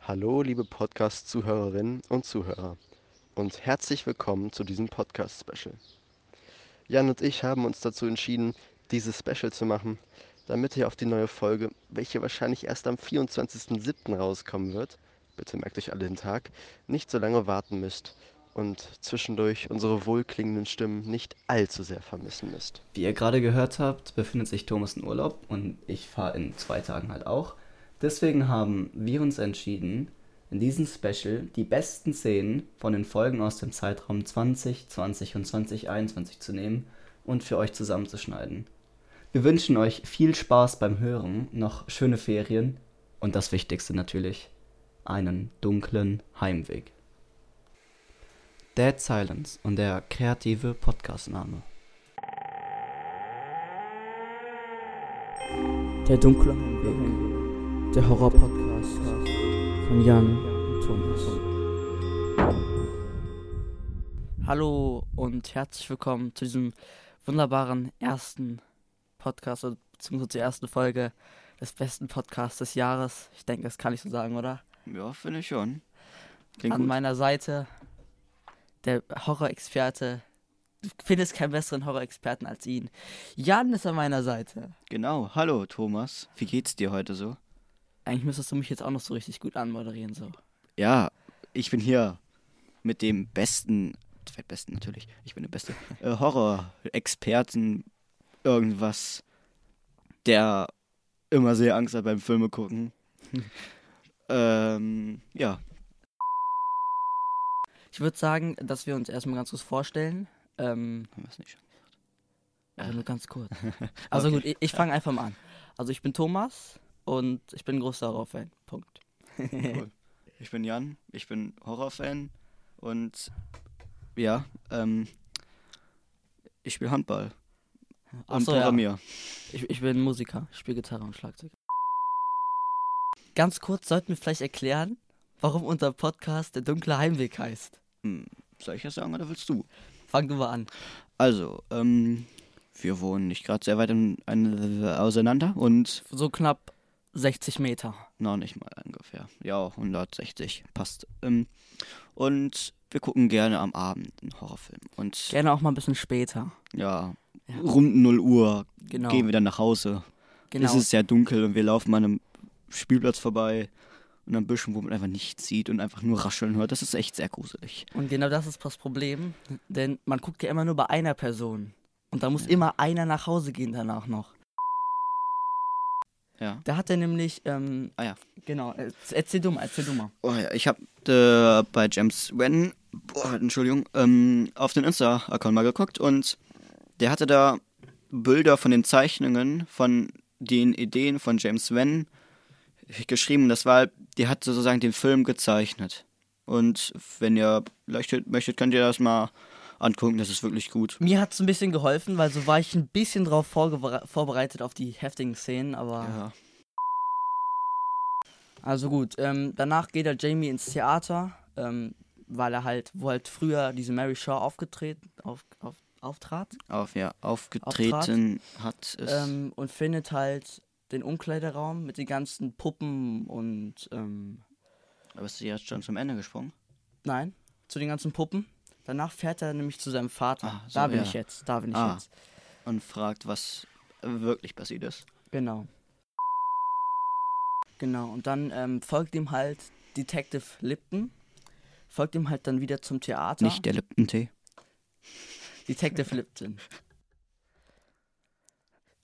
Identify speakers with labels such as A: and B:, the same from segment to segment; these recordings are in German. A: Hallo, liebe Podcast-Zuhörerinnen und Zuhörer und herzlich willkommen zu diesem Podcast-Special. Jan und ich haben uns dazu entschieden, dieses Special zu machen, damit ihr auf die neue Folge, welche wahrscheinlich erst am 24.07. rauskommen wird, bitte merkt euch alle den Tag, nicht so lange warten müsst und zwischendurch unsere wohlklingenden Stimmen nicht allzu sehr vermissen müsst.
B: Wie ihr gerade gehört habt, befindet sich Thomas in Urlaub und ich fahre in zwei Tagen halt auch. Deswegen haben wir uns entschieden, in diesem Special die besten Szenen von den Folgen aus dem Zeitraum 2020 und 2021 zu nehmen und für euch zusammenzuschneiden. Wir wünschen euch viel Spaß beim Hören, noch schöne Ferien und das Wichtigste natürlich, einen dunklen Heimweg. Dead Silence und der kreative Podcastname.
C: Der dunkle Heimweg. Der Horror-Podcast von Jan und Thomas. Hallo und herzlich willkommen zu diesem wunderbaren ersten Podcast, oder beziehungsweise zur ersten Folge des besten Podcasts des Jahres. Ich denke, das kann ich so sagen, oder?
D: Ja, finde ich schon.
C: An meiner Seite der Horrorexperte. Du findest keinen besseren Horrorexperten als ihn. Jan ist an meiner Seite.
D: Genau. Hallo Thomas, wie geht's dir heute so?
C: Eigentlich müsstest du mich jetzt auch noch so richtig gut anmoderieren, so.
D: Ja, ich bin hier mit dem besten, zweitbesten natürlich, ich bin der beste äh, Horror-Experten irgendwas, der immer sehr Angst hat beim Filme gucken. ähm, ja,
C: Ich würde sagen, dass wir uns erstmal ganz kurz vorstellen. Ähm,
D: haben wir's nicht.
C: aber nur ganz kurz. Also gut, ich, ich fange einfach mal an. Also ich bin Thomas und ich bin ein großer Horrorfan. Punkt.
D: Ich bin Jan, ich bin Horrorfan und ja, ähm, ich spiele Handball
C: Ach
D: und
C: so, ja.
D: programmiere.
C: Ich, ich bin Musiker, ich spiele Gitarre und Schlagzeug. Ganz kurz sollten wir vielleicht erklären, warum unser Podcast Der dunkle Heimweg heißt.
D: Hm, soll ich das sagen oder willst du?
C: Fang du mal an.
D: Also, ähm, wir wohnen nicht gerade sehr weit in, ein, auseinander und
C: So knapp 60 Meter.
D: noch nicht mal ungefähr. Ja, 160 passt. Ähm, und wir gucken gerne am Abend einen Horrorfilm. Und
C: Gerne auch mal ein bisschen später.
D: ja,
C: Ja.
D: rund 0 Uhr
C: Genau.
D: gehen wir dann nach Hause.
C: Genau.
D: Es ist sehr dunkel und wir laufen an einem Spielplatz vorbei und an Büschen, wo man einfach nichts sieht und einfach nur rascheln hört. Das ist echt sehr gruselig.
C: Und genau das ist das Problem, denn man guckt ja immer nur bei einer Person. Und da muss immer einer nach Hause gehen danach noch.
D: Ja.
C: Da hat er nämlich, ähm,
D: Ah ja.
C: genau, äh, erzähl du mal, erzähl du mal.
D: Oh ja, ich habe äh, bei James Wen, boah, Entschuldigung, ähm, auf den Insta-Account mal geguckt und der hatte da Bilder von den Zeichnungen, von den Ideen von James Wen geschrieben. Das war, halt, der hat sozusagen den Film gezeichnet. Und wenn ihr leuchtet, möchtet, könnt ihr das mal angucken. Das ist wirklich gut.
C: Mir hat es ein bisschen geholfen, weil so war ich ein bisschen drauf vorge- vorbereitet auf die heftigen Szenen, aber.
D: Ja.
C: Also gut, ähm, danach geht der Jamie ins Theater, ähm, weil er halt, wo halt früher diese Mary Shaw aufgetreten, auf, auf, auftrat
D: Auf, ja, aufgetreten hat es.
C: ähm, und findet halt den Umkleideraum mit den ganzen Puppen und ähm,
D: Aber ist sie jetzt schon zum Ende gesprungen?
C: nein, zu den ganzen Puppen. Danach fährt er nämlich zu seinem Vater.
D: Ah, so,
C: da bin
D: ja.
C: ich jetzt, da bin ich
D: Ah.
C: jetzt.
D: Und fragt, was wirklich passiert ist.
C: Genau. Genau, und dann ähm, folgt ihm halt Detective Lipton, folgt ihm halt dann wieder zum Theater.
D: Nicht der Lipton-Tee.
C: Detective Lipton.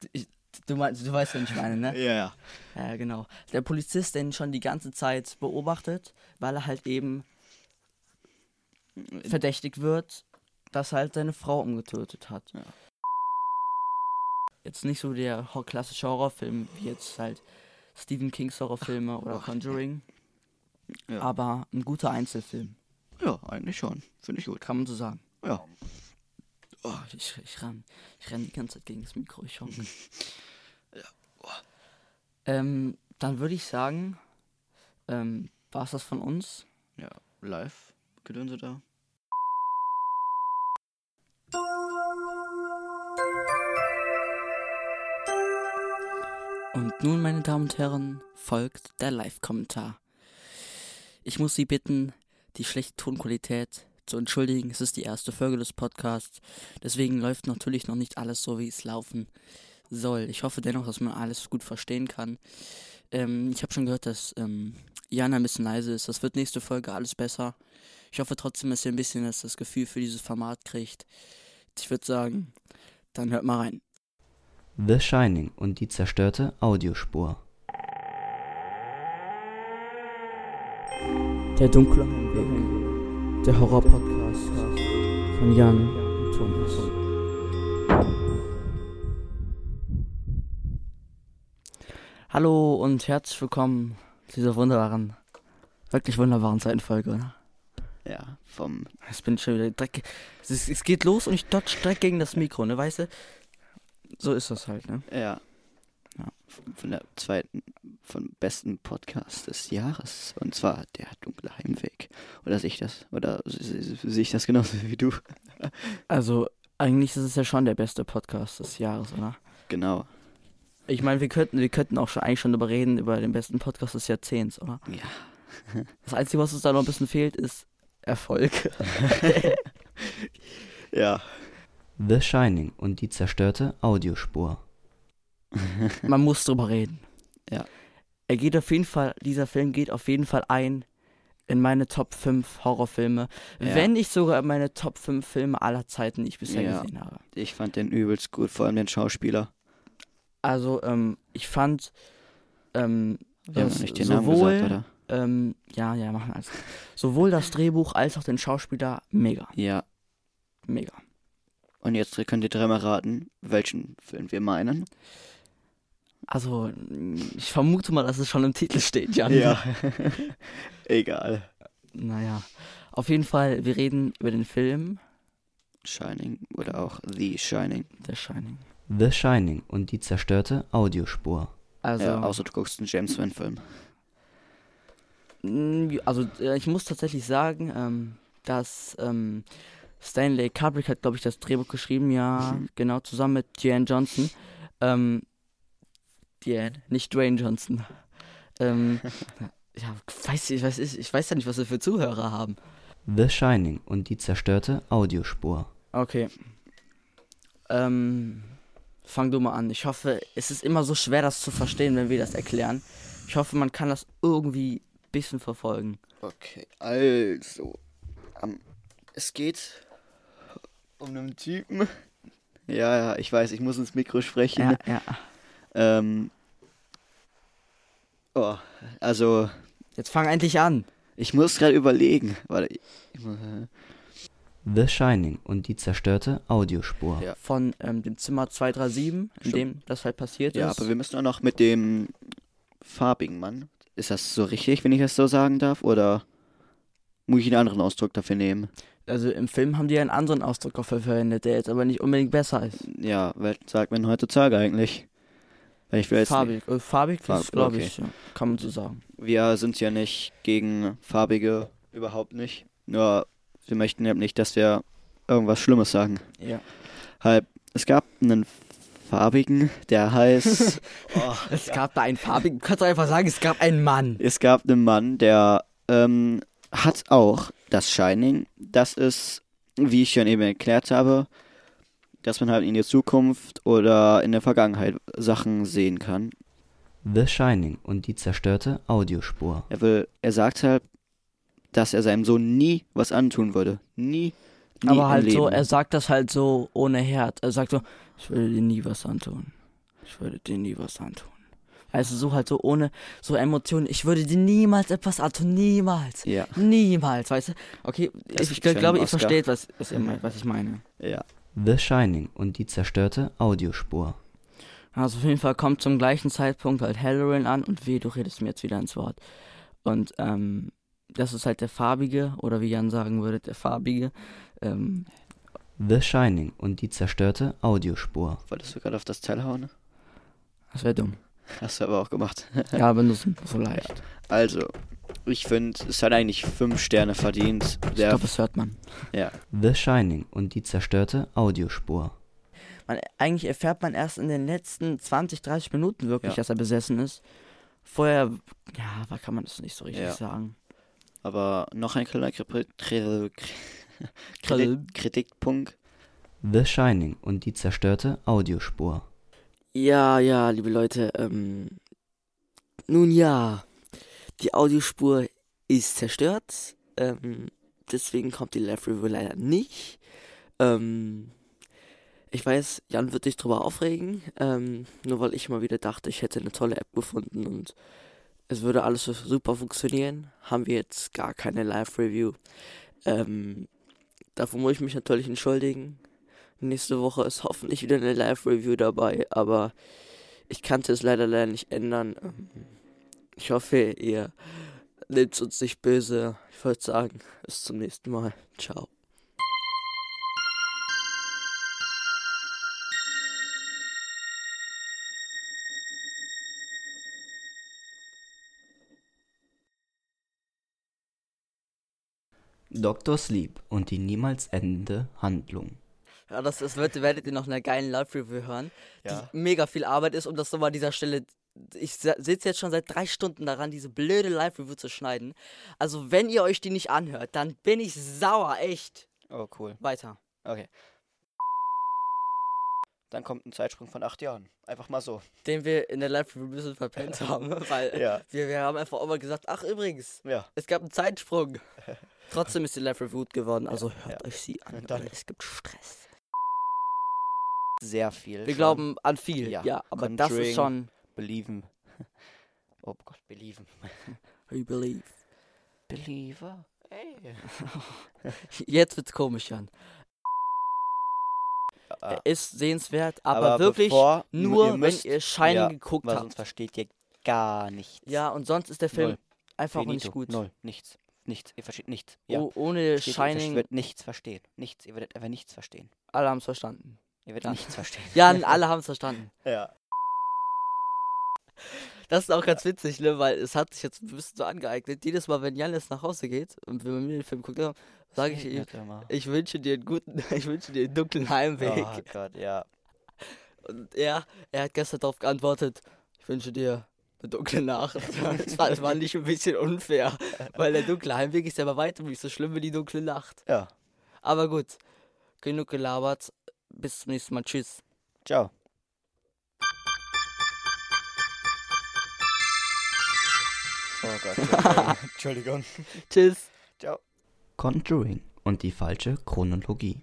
C: Du- Ich, du, meinst, du weißt, wen ich meine, ne?
D: Ja, ja.
C: Ja, genau. Der Polizist, den schon die ganze Zeit beobachtet, weil er halt eben verdächtigt wird, dass er halt seine Frau umgetötet hat.
D: Ja. Jetzt.
C: Jetzt nicht so der ho- klassische Horrorfilm, wie jetzt halt Stephen Kings Horrorfilme oder
D: ach,
C: Conjuring,
D: Ja.
C: aber ein guter Einzelfilm,
D: ja, eigentlich schon. Finde ich gut.
C: kann man so sagen.
D: Ja.
C: Oh, ich, ich renn. Ich renn die ganze Zeit gegen das Mikro, ich hoffe. ähm, dann würde ich sagen, ähm, war es das von uns?
D: Ja, live. Gedönse da.
C: Und nun, meine Damen und Herren, folgt der Live-Kommentar. Ich muss Sie bitten, die schlechte Tonqualität zu entschuldigen. Es ist die erste Folge des Podcasts. Deswegen läuft natürlich noch nicht alles so, wie es laufen soll. Ich hoffe dennoch, dass man alles gut verstehen kann. Ähm, ich habe schon gehört, dass ähm, Jana ein bisschen leise ist. Das wird nächste Folge alles besser. Ich hoffe trotzdem, dass ihr ein bisschen das, das Gefühl für dieses Format kriegt. Ich würde sagen, dann hört mal rein.
D: The Shining und die zerstörte Audiospur.
C: Der dunkle Heimweg. Der Horror-Podcast von Jan und Thomas. Hallo und herzlich willkommen zu dieser wunderbaren, wirklich wunderbaren zweiten Folge. Oder?
E: Ja, vom.
C: Ich bin schon wieder dreck. Es, ist, es geht los und ich dodge direkt gegen das Mikro, ne, weißt du? So ist das halt, ne?
E: Ja.
C: Ja.
E: Von der zweiten, vom besten Podcast des Jahres. Und zwar der dunkle Heimweg. Oder sehe ich das? Oder se- se- sehe ich das genauso wie du?
C: Also, eigentlich ist es ja schon der beste Podcast des Jahres, oder?
E: Genau.
C: Ich meine, wir könnten, wir könnten auch schon eigentlich schon darüber reden, über den besten Podcast des Jahrzehnts, oder?
E: Ja.
C: Das Einzige, was uns da noch ein bisschen fehlt, ist Erfolg.
E: Ja.
D: The Shining und die zerstörte Audiospur.
C: Man muss drüber reden.
E: Ja.
C: Er geht auf jeden Fall, dieser Film geht auf jeden Fall ein in meine Top 5 Horrorfilme.
E: Ja.
C: Wenn nicht sogar in meine Top 5 Filme aller Zeiten, die ich bisher
E: Ja.
C: gesehen habe.
E: ich fand den übelst gut, vor allem den Schauspieler.
C: Also, ähm, ich fand, ähm,
E: Wir haben noch
C: Das
E: nicht den
C: sowohl-
E: Namen gesagt,
C: ähm, ja, ja, machen wir alles. Sowohl das Drehbuch als auch den Schauspieler, mega,
E: oder? Ja.
C: mega.
E: Und jetzt könnt ihr dreimal raten, welchen Film wir meinen.
C: Also, ich vermute mal, dass es schon im Titel steht, Jan.
E: Egal.
C: Naja, auf jeden Fall, wir reden über den Film
E: Shining oder auch The Shining.
C: The Shining.
D: The Shining und die zerstörte Audiospur.
C: Also,
E: ja, außer du guckst einen James Wan-Film.
C: Mm, Also äh, ich muss tatsächlich sagen, ähm, dass ähm, Stanley Kubrick hat, glaube ich, das Drehbuch geschrieben, ja,
E: Mhm.
C: genau, zusammen mit Diane Johnson. Ähm, Diane, nicht Dwayne Johnson. Ähm, ja, weiß ich, weiß ich, ich weiß ja nicht, was wir für Zuhörer haben.
D: The Shining und die zerstörte Audiospur.
C: Okay. Ähm, fang du mal an. Ich hoffe, es ist immer so schwer, das zu verstehen, wenn wir das erklären. Ich hoffe, man kann das irgendwie ein bisschen verfolgen.
E: Okay, also. ähm, es geht um einen Typen. Ja, ja, ich weiß, ich muss ins Mikro sprechen.
C: Ja, ja.
E: Ähm, oh, also,
C: Jetzt fang endlich an.
E: ich muss gerade überlegen. Warte, ich, ich muss, äh,
D: The Shining und die zerstörte Audiospur.
E: Ja.
C: von ähm, dem Zimmer 237, in
E: Stimmt.
C: dem das halt passiert
E: Ja,
C: ist.
E: aber wir müssen auch noch mit dem farbigen Mann. Ist das so richtig, wenn ich das so sagen darf? Oder muss ich einen anderen Ausdruck dafür nehmen?
C: also im Film haben die einen anderen Ausdruck dafür verwendet, der jetzt aber nicht unbedingt besser ist.
E: Ja, welchen sagt man heutzutage eigentlich? Weil ich will jetzt
C: Farbig. Äh, farbig
E: Farbig,
C: ist, glaube
E: okay.
C: ich, ja, kann man so sagen.
E: wir sind ja nicht gegen farbige, überhaupt nicht. Nur wir möchten ja nicht, dass wir irgendwas Schlimmes sagen.
C: Ja.
E: Halb, es gab einen farbigen, der heißt. oh,
C: Es gab da einen farbigen, kannst du einfach sagen, es gab einen Mann.
E: Es gab einen Mann, der ähm, hat auch das Shining. Das ist, wie ich schon eben erklärt habe, dass man halt in der Zukunft oder in der Vergangenheit Sachen sehen kann.
D: The Shining und die zerstörte Audiospur.
E: Er will, er sagt halt, dass er seinem Sohn nie was antun würde. Nie. nie im
C: aber halt so,
E: Leben.
C: er sagt das halt so ohne Herz. Er sagt so, ich würde dir nie was antun. Ich würde dir nie was antun. Also so halt so ohne so Emotionen. Ich würde dir niemals etwas antun, niemals.
E: Ja,
C: Niemals, weißt du? Okay,
E: Das
C: ich
E: gibt's ja
C: glaube,
E: im
C: ihr
E: Oscar.
C: versteht, was, was, ihr meint, was ich meine.
E: ja.
D: The Shining und die zerstörte Audiospur.
C: Also auf jeden Fall kommt zum gleichen Zeitpunkt halt Halloran an und weh, du redest mir jetzt wieder ins Wort. Und ähm, das ist halt der farbige, oder wie Jan sagen würde, der farbige. Ähm,
D: The Shining und die zerstörte Audiospur.
E: Wolltest du gerade auf das Teil hauen?
C: das wäre dumm.
E: Hast du aber auch gemacht.
C: Ja, aber nur so, so leicht.
E: Also, ich finde, es hat eigentlich fünf Sterne verdient.
C: Ich
E: Der,
C: glaube, das hört man.
E: ja.
D: The Shining und die zerstörte Audiospur.
C: man. Eigentlich erfährt man erst in den letzten 20, 30 Minuten wirklich,
E: Ja.
C: dass er besessen ist. Vorher, ja, da kann man das nicht so richtig
E: Ja.
C: sagen.
E: Aber noch ein kleiner Kripi- Kri- Kritik, Kritikpunkt.
D: The Shining und die zerstörte Audiospur.
F: Ja, ja, liebe Leute, ähm, nun ja, die Audiospur ist zerstört, ähm, deswegen kommt die Live Review leider nicht. Ähm, ich weiß, Jan wird sich drüber aufregen, ähm, nur weil ich mal wieder dachte, ich hätte eine tolle App gefunden und es würde alles so super funktionieren, haben wir jetzt gar keine Live Review. Ähm, dafür muss ich mich natürlich entschuldigen. Nächste Woche ist hoffentlich wieder eine Live-Review dabei, aber ich kannte es leider leider nicht ändern. Ähm, Ich hoffe, ihr nehmt uns nicht böse. Ich wollte sagen, bis zum nächsten Mal. Ciao.
D: Dr. Sleep und die niemals endende Handlung.
C: Ja, das, das wird, werdet ihr noch in einer geilen Live-Review hören,
G: Ja.
C: die mega viel Arbeit ist, um das nochmal an dieser Stelle. Ich sitze jetzt schon seit drei Stunden daran, diese blöde Live-Review zu schneiden. Also, wenn ihr euch die nicht anhört, dann bin ich sauer, echt.
E: Oh, cool.
C: Weiter.
E: Okay. Dann kommt ein Zeitsprung von acht Jahren. Einfach mal so.
C: Den wir in der Live-Review ein bisschen verpennt haben, weil
E: Ja.
C: wir, wir haben einfach immer gesagt: Ach, übrigens,
E: Ja.
C: es gab einen Zeitsprung. Trotzdem ist die Live-Review gut geworden, also hört euch sie an.
E: Und dann-
C: Leute, Es gibt Stress.
E: Sehr viel.
C: Wir
E: schon.
C: glauben an viel,
E: Ja.
C: ja, aber das
E: Conjuring.
C: ist schon.
E: Believen. Oh Gott, believen.
C: I believe.
E: Believer. Ey.
C: Jetzt wird's komisch, Jan. Er ist sehenswert, Äh, aber, wirklich
E: Ah. Äh, bevor,
C: nur,
E: müsst-
C: wenn ihr Shining
E: ja,
C: geguckt
E: Weil sonst
C: habt.
E: versteht ihr gar nichts.
C: Ja, und sonst ist der Film
E: Null.
C: einfach
E: Finito.
C: nicht gut.
E: Null. Nichts. Nichts. Ihr versteht nichts. Ja. um
C: Oh, ohne
E: Versteht ihr, Ihr
C: Shining,
E: werdet nichts verstehen. Nichts. Ihr werdet einfach nichts verstehen.
C: alle haben's verstanden.
E: Ihr werdet
C: Ja.
E: nichts verstehen.
C: Jan, alle haben's verstanden.
E: Ja.
C: Das ist auch ganz witzig, ne, weil es hat sich jetzt ein bisschen so angeeignet. Jedes Mal, wenn Jan jetzt nach Hause geht und wenn wir den Film gucken, sage ich ihm,
E: Regnet immer.
C: ich wünsche dir einen guten, ich wünsche dir einen dunklen Heimweg.
E: Oh Gott, ja.
C: Und er, er hat gestern darauf geantwortet, ich wünsche dir eine dunkle Nacht. Das war, das war nicht ein bisschen unfair, weil der dunkle Heimweg ist ja bei weitem nicht so schlimm wie die dunkle Nacht.
E: Ja.
C: Aber gut, genug gelabert. Bis zum nächsten Mal. Tschüss.
E: Ciao. Oh Gott. Entschuldigung.
C: Tschüss.
D: Conjuring und die falsche Chronologie.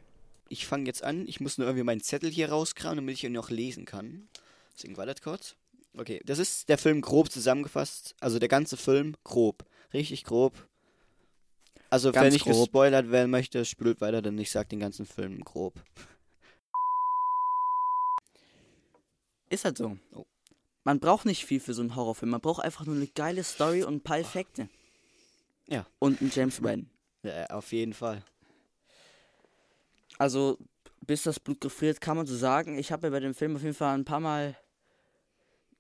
E: Ich fange jetzt an. Ich muss nur irgendwie meinen Zettel hier rauskramen, damit ich ihn noch lesen kann. Deswegen wartet kurz. Okay, das ist der Film grob zusammengefasst. Also der ganze Film grob. Richtig grob. Also
D: Ganz
E: wenn ich
D: grob.
E: gespoilert werden möchte, spült weiter, denn ich sag den ganzen Film grob.
C: Ist halt so.
E: Oh.
C: Man braucht nicht viel für so einen Horrorfilm. Man braucht einfach nur eine geile Story und ein paar Effekte.
E: Ja.
C: Und einen James Wan.
E: Ja, auf jeden Fall.
C: Also, bis das Blut gefriert, kann man so sagen. Ich habe mir bei dem Film auf jeden Fall ein paar Mal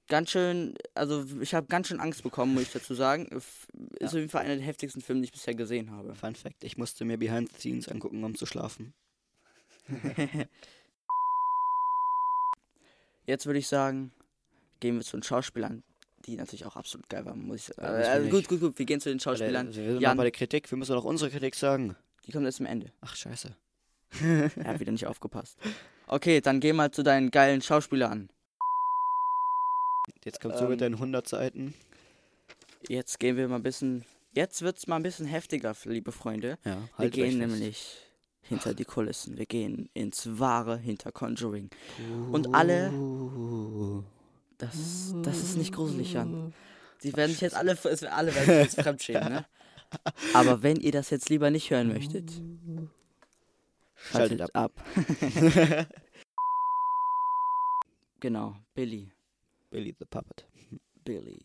C: ganz schön, also ich habe ganz schön Angst bekommen, muss ich dazu sagen. F- Ist auf jeden Fall einer der heftigsten Filme, die ich bisher gesehen habe.
E: Fun Fact, ich musste mir Behind the Scenes angucken, um zu schlafen.
C: Jetzt würde ich sagen, gehen wir zu den Schauspielern, die natürlich auch absolut geil waren, muss ich sagen.
E: Ja,
C: Äh,
E: natürlich.
C: gut, gut, gut, wir gehen zu den Schauspielern.
E: Alter, äh, Wir sind noch
C: Jan.
E: bei der Kritik, wir müssen noch unsere Kritik sagen.
C: Die kommen erst am Ende.
E: Ach, scheiße.
C: Er hat wieder nicht aufgepasst. Okay, dann geh mal zu deinen geilen Schauspielern.
E: Jetzt kommst du mit
C: Ähm.
E: deinen 100 Seiten.
C: Jetzt gehen wir mal ein bisschen. Jetzt wird's mal ein bisschen heftiger, liebe Freunde.
E: Ja,
C: Wir
E: euch
C: gehen
E: fest.
C: nämlich hinter die Kulissen. Wir gehen ins wahre hinter Conjuring.
E: Uh.
C: Und alle. Das, das ist nicht gruselig, Jan. Die werden sich jetzt alle, es werden alle werden sich jetzt fremdschämen, ne? Aber wenn ihr das jetzt lieber nicht hören möchtet,
E: Schaltet
C: schaltet ab. genau, Billy.
E: Billy the Puppet.
C: Billy.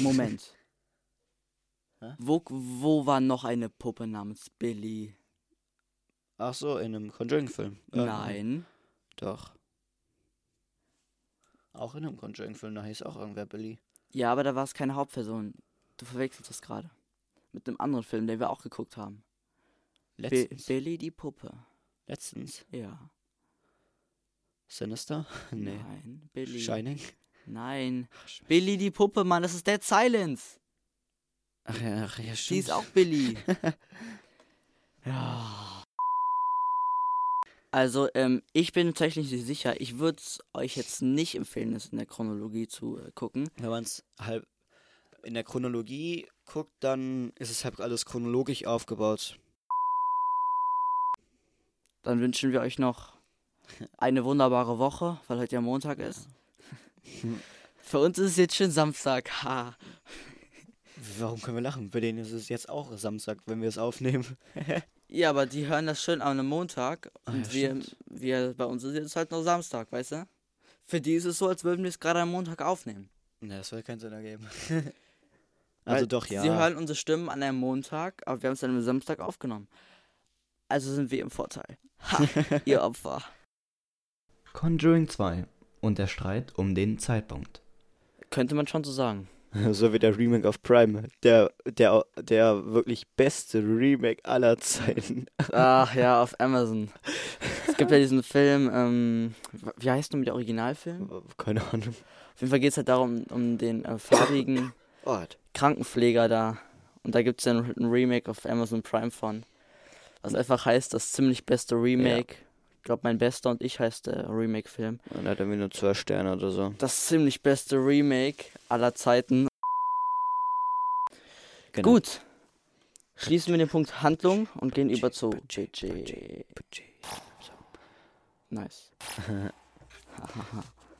C: Moment.
E: Hä?
C: wo, wo war noch eine Puppe namens Billy?
E: Ach so, in einem Conjuring-Film. Ähm,
C: Nein.
E: Doch. Auch in einem Conjuring-Film, da hieß auch irgendwer Billy.
C: Ja, aber da war es keine Hauptperson. Du verwechselst das gerade. Mit einem anderen Film, den wir auch geguckt haben. Bi-
E: Letztens.
C: Billy die Puppe.
E: Letztens.
C: Ja.
E: Sinister? Nee.
C: Nein. Billy.
E: Shining?
C: Nein. Billy die Puppe, Mann, das ist Dead Silence.
D: Ach ja, ach ja, stimmt.
C: Die ist auch Billy.
H: Ja.
C: Also, ähm, ich bin tatsächlich nicht sicher. Ich würde es euch jetzt nicht empfehlen, das in der Chronologie zu äh, gucken.
E: Wenn man es halb in der Chronologie guckt, dann ist es halt alles chronologisch aufgebaut.
C: Dann wünschen wir euch noch eine wunderbare Woche, weil heute ja Montag ist. Für uns ist es jetzt schon Samstag. Ha.
E: Warum können wir lachen? Bei denen ist es jetzt auch Samstag, wenn wir es aufnehmen.
C: Ja, aber die hören das schon am Montag
E: Ah,
C: und
E: ja,
C: wir,
E: stimmt.
C: wir, bei uns ist jetzt halt noch Samstag, weißt du? Für die ist es so, als würden wir es gerade am Montag aufnehmen.
E: Ne, das wird keinen Sinn ergeben. also
C: Weil
E: doch, ja.
C: Sie hören unsere Stimmen an einem Montag, aber wir haben es dann am Samstag aufgenommen. Also sind wir im Vorteil. Ha, ihr Opfer.
D: Conjuring 2 und der Streit um den Zeitpunkt.
C: Könnte man schon so sagen.
E: So wie der Remake of Prime. Der, der, der wirklich beste Remake aller Zeiten.
C: Ach ja, auf Amazon. Es gibt ja diesen Film, ähm, wie heißt nun der Originalfilm?
E: Keine Ahnung.
C: Auf jeden Fall geht es halt darum, um den äh, farbigen
E: Ort.
C: Krankenpfleger da. Und da gibt es ja ein ein Remake auf Amazon Prime von. Was einfach heißt, das ziemlich beste Remake. Ich glaube, mein bester und ich heißt der Remake-Film.
E: Und hat irgendwie nur zwei Sterne oder so.
C: Das ziemlich beste Remake aller Zeiten.
E: Genau.
C: Gut. Schließen wir den Punkt Handlung und gehen über zu Budget. Nice.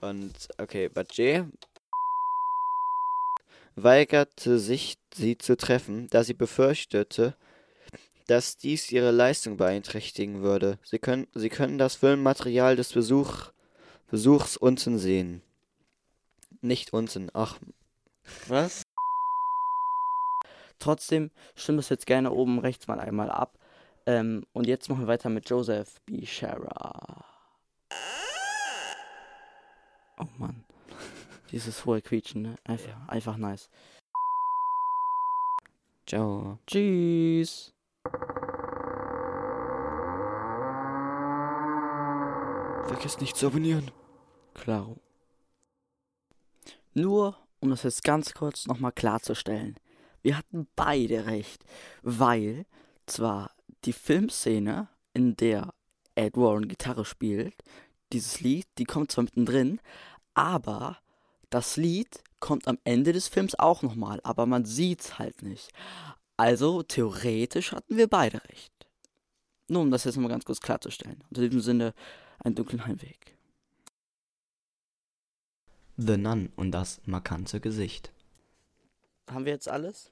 E: Und okay, Budget weigerte sich, sie zu treffen, da sie befürchtete, dass dies ihre Leistung beeinträchtigen würde. Sie können, sie können das Filmmaterial des Besuch, Besuchs unten sehen. Nicht unten, ach,
C: Was? Trotzdem stimmt es jetzt gerne oben rechts mal einmal ab. Ähm, und jetzt machen wir weiter mit Joseph B. Shara. Oh Mann. Dieses hohe Quietschen, ne? Einfach, einfach nice.
E: ciao.
C: Tschüss.
E: Vergiss nicht zu abonnieren.
C: Klaro. Nur, um das jetzt ganz kurz nochmal klarzustellen. Wir hatten beide recht, weil zwar die Filmszene, in der Ed Warren Gitarre spielt, dieses Lied, die kommt zwar mittendrin, aber das Lied kommt am Ende des Films auch nochmal, aber man sieht's halt nicht. Also theoretisch hatten wir beide recht. Nur um das jetzt nochmal ganz kurz klarzustellen. Und in diesem Sinne, einen dunklen Heimweg.
D: The Nun und das markante Gesicht.
C: Haben wir jetzt alles?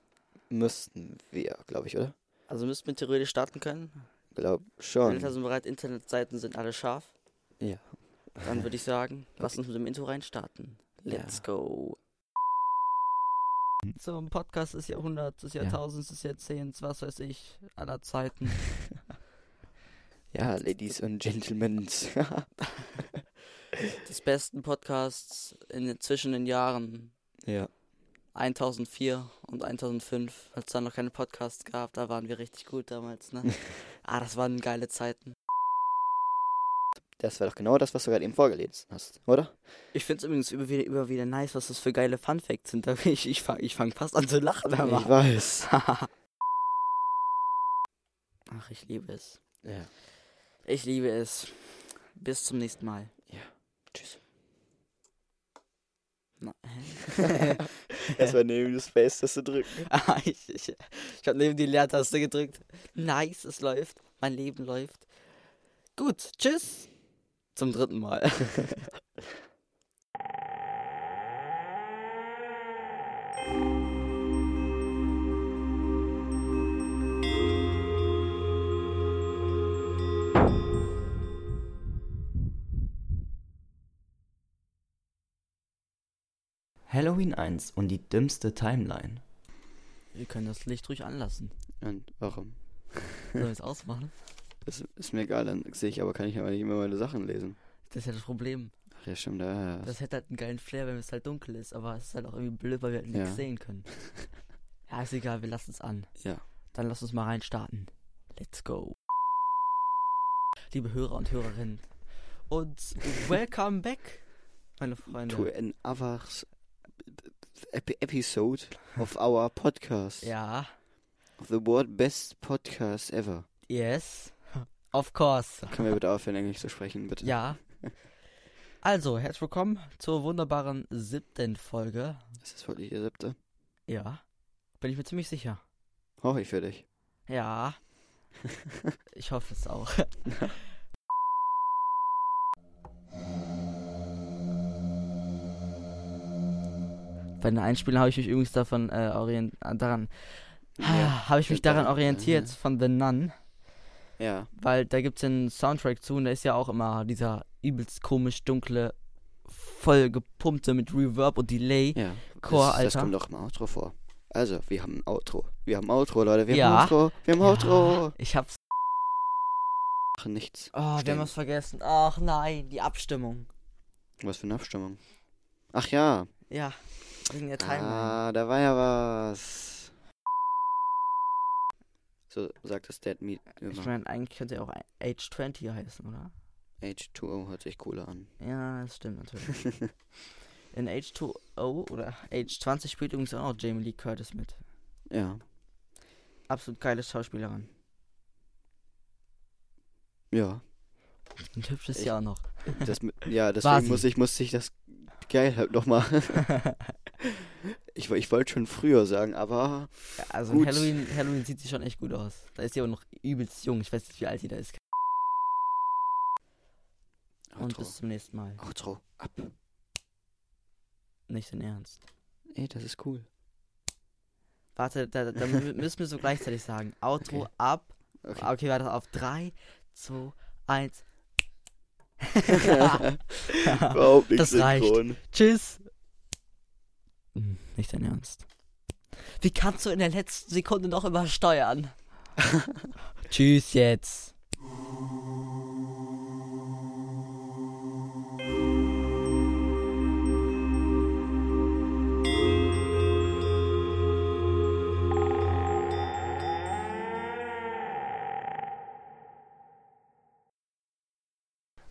E: Müssten wir, glaube ich, oder?
C: Also müssten wir theoretisch starten können.
E: Glaub
C: Bilder
E: schon.
C: sind bereit, Internetseiten sind alle scharf.
E: Ja.
C: Dann würde ich sagen, lass uns mit dem Intro reinstarten. Let's go.
H: So ein Podcast des Jahrhunderts, des
D: Ja.
H: Jahrtausends, des Jahrzehnts, was weiß ich, aller Zeiten.
E: Ja, Ladies und Gentlemen.
C: Des besten Podcasts in den, zwischen den Jahren
E: ja.
C: 1004 und 1005, als es da noch keine Podcasts gab. Da waren wir richtig gut damals, ne? ah, das waren geile Zeiten.
E: Das war doch genau das, was du gerade eben vorgelesen hast, oder?
C: Ich find's übrigens immer wieder, immer wieder nice, was das für geile Funfacts sind. Da bin ich, ich fange ich fang fast an zu lachen. aber-
E: weiß.
C: Ach, ich liebe es.
E: Ja.
C: Ich liebe es. Bis zum nächsten Mal.
E: Tschüss.
C: Na, hä?
E: Erstmal neben die Space-Taste drücken.
C: Ah, ich ich, ich habe neben die Leertaste gedrückt. Nice, es läuft. Mein Leben läuft. Gut, tschüss. Zum dritten Mal.
D: Halloween 1 und die dümmste Timeline.
C: Wir können das Licht ruhig anlassen.
E: Und warum?
C: Sollen wir es ausmachen?
E: Das ist mir egal, dann sehe ich aber, kann ich aber nicht immer meine Sachen lesen.
C: Das ist ja das Problem.
E: Ach ja, stimmt, da.
C: Das hätte halt einen geilen Flair, wenn es halt dunkel ist. Aber es ist halt auch irgendwie blöd, weil wir halt nichts
E: Ja.
C: sehen können. Ja, ist egal, wir lassen es an.
E: Ja.
C: Dann lass uns mal reinstarten. Let's go. Liebe Hörer und Hörerinnen. Und welcome back, meine Freunde.
E: To an others ep episode of our podcast.
H: Ja.
E: Of the world best podcast ever.
H: Yes. Of course.
E: Können wir bitte aufhören, Englisch zu sprechen, bitte?
H: Ja. Also, herzlich willkommen zur wunderbaren siebten Folge.
E: Das ist wirklich der siebte.
H: Ja. Bin ich mir ziemlich sicher.
E: Hoffe ich für dich.
H: Ja. Ich hoffe es auch. Bei den Einspielern habe ich mich übrigens davon äh, orient äh, daran
E: Ah, Ja. Mhm.
H: habe ich mich daran
E: daran,
H: orientiert
E: ja.
H: von The Nun,
E: ja.
H: weil da gibt es einen Soundtrack zu und da ist ja auch immer dieser übelst komisch dunkle, voll gepumpte mit Reverb und Delay.
E: Ja.
H: Chor,
E: das, das
H: Alter.
E: kommt doch im Outro vor. Also, wir haben ein Outro. Wir haben ein Outro, Leute. Wir
H: Ja.
E: haben ein Outro. Wir haben ein Outro.
H: Ich hab's.
E: Ach, nichts.
H: Oh, wir
E: Stimmt.
H: haben was vergessen. Ach nein, die Abstimmung.
E: Was für eine Abstimmung. Ach ja.
H: Ja, wegen der Timeline.
E: Ah, da war ja was. So sagt das Dead Meat
H: ich
E: immer.
H: meine, eigentlich könnte er auch Age 20 heißen, oder?
E: H2O hört sich cooler an.
H: Ja, das stimmt natürlich. In Age 2O oder Age 20 spielt übrigens auch noch Jamie Lee Curtis mit.
E: ja.
H: Absolut geile Schauspielerin.
E: Ja.
H: Und hübsch ist
E: Ich-
H: sie auch noch.
E: Das, mit- ja,
H: War
E: deswegen
H: sie.
E: muss ich, muss ich das geil halt nochmal. ich wo- ich wollte schon früher sagen, aber
H: Ja, Also
E: Gut.
H: Halloween, Halloween sieht sie schon echt gut aus. Da ist sie aber noch übelst jung. Ich weiß nicht, wie alt sie da ist. Und
E: Outro.
H: bis zum nächsten Mal.
E: Outro. Ab.
H: Nicht in Ernst.
E: Ey, das ist cool.
H: Warte, da, da- da mü- müssen wir so gleichzeitig sagen. Outro ab.
E: Okay.
H: Okay, warte auf 3, 2, 1.
E: Überhaupt nicht
H: Das reicht.
E: synchron.
H: Tschüss. Hm, Nicht dein Ernst. Wie kannst du in der letzten Sekunde noch immer steuern? Tschüss jetzt.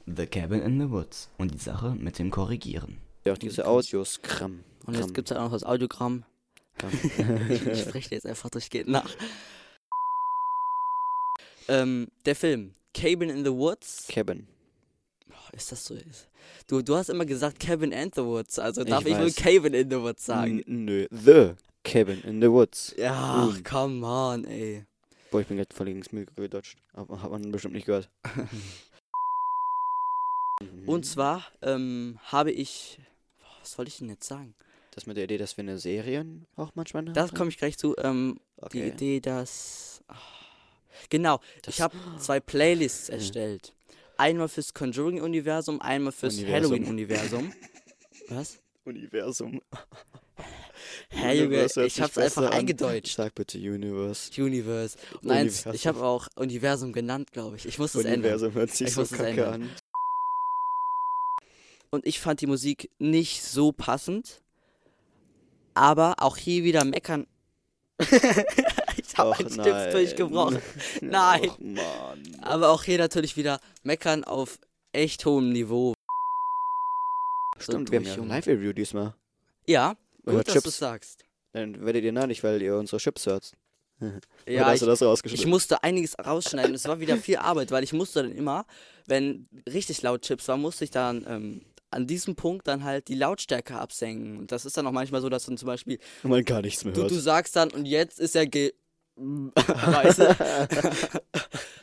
D: The Cabin in the Woods und die Sache mit dem Korrigieren.
E: Ja, auch diese Audios. Kram.
C: Und jetzt
E: Kram,
C: gibt's ja auch noch das Audiogramm.
E: Kram.
C: Ich spreche jetzt einfach durchgehend nach. ähm, der Film Cabin in the Woods.
E: Cabin.
C: Oh, ist das so? Ist- Du, du hast immer gesagt Cabin and the Woods. Also
E: Ich
C: darf ich, wohl
E: weiß.
C: Cabin in the Woods sagen?
E: N- Nö. The Cabin in the Woods.
C: Ja, ach,
E: Mm.
C: come on, ey.
E: Boah, ich bin gerade voll gegen das Mikro gedeutscht. Aber hat man bestimmt nicht gehört. Mhm.
C: Und zwar ähm, habe ich. Boah, Was wollte ich denn jetzt sagen?
E: Das mit der Idee, dass wir eine Serien auch manchmal haben.
C: Da komme ich gleich zu. Ähm,
E: okay.
C: Die Idee, dass. ah, Genau,
E: Das
C: ich habe zwei Playlists
E: Ja.
C: erstellt. Einmal fürs Conjuring-Universum, einmal fürs
E: Universum.
C: Halloween-Universum. Was?
E: Universum.
C: Hä, Junge,
E: Universe hört
C: ich
E: sich
C: hab's einfach
E: besser an.
C: eingedeutscht.
E: Sag bitte Universe.
C: Universe. Und eins, ich
E: Universum.
C: habe auch Universum genannt, glaube ich. Ich muss es ändern.
E: Universum hört sich
C: Ich
E: so
C: muss es
E: kacke
C: ändern.
E: an.
C: Und ich fand die Musik nicht so passend. Aber auch hier wieder meckern. ich habe
E: Och,
C: einen Stift gebrochen. Nein.
E: Ach, Mann.
C: Aber auch hier natürlich wieder meckern auf echt hohem Niveau. So
E: Stimmt, wir haben
C: durch,
E: ja ein
C: Junge.
E: Live-Review diesmal.
C: Ja,
E: Über
C: gut, dass du
E: Chips.
C: sagst.
E: Dann werdet ihr neidisch, weil ihr unsere Chips hört. Oder
C: Ja,
E: hast
C: ich,
E: du das
C: ich
E: rausgeschnitten?
C: musste einiges rausschneiden. Es war wieder viel Arbeit, weil ich musste dann immer, wenn richtig laut Chips war, musste ich dann ähm, an diesem Punkt dann halt die Lautstärke absenken. Und das ist dann auch manchmal so, dass dann zum Beispiel
E: Und man gar nichts mehr
C: du,
E: hört.
C: du sagst dann, und jetzt ist er ge. weißt du?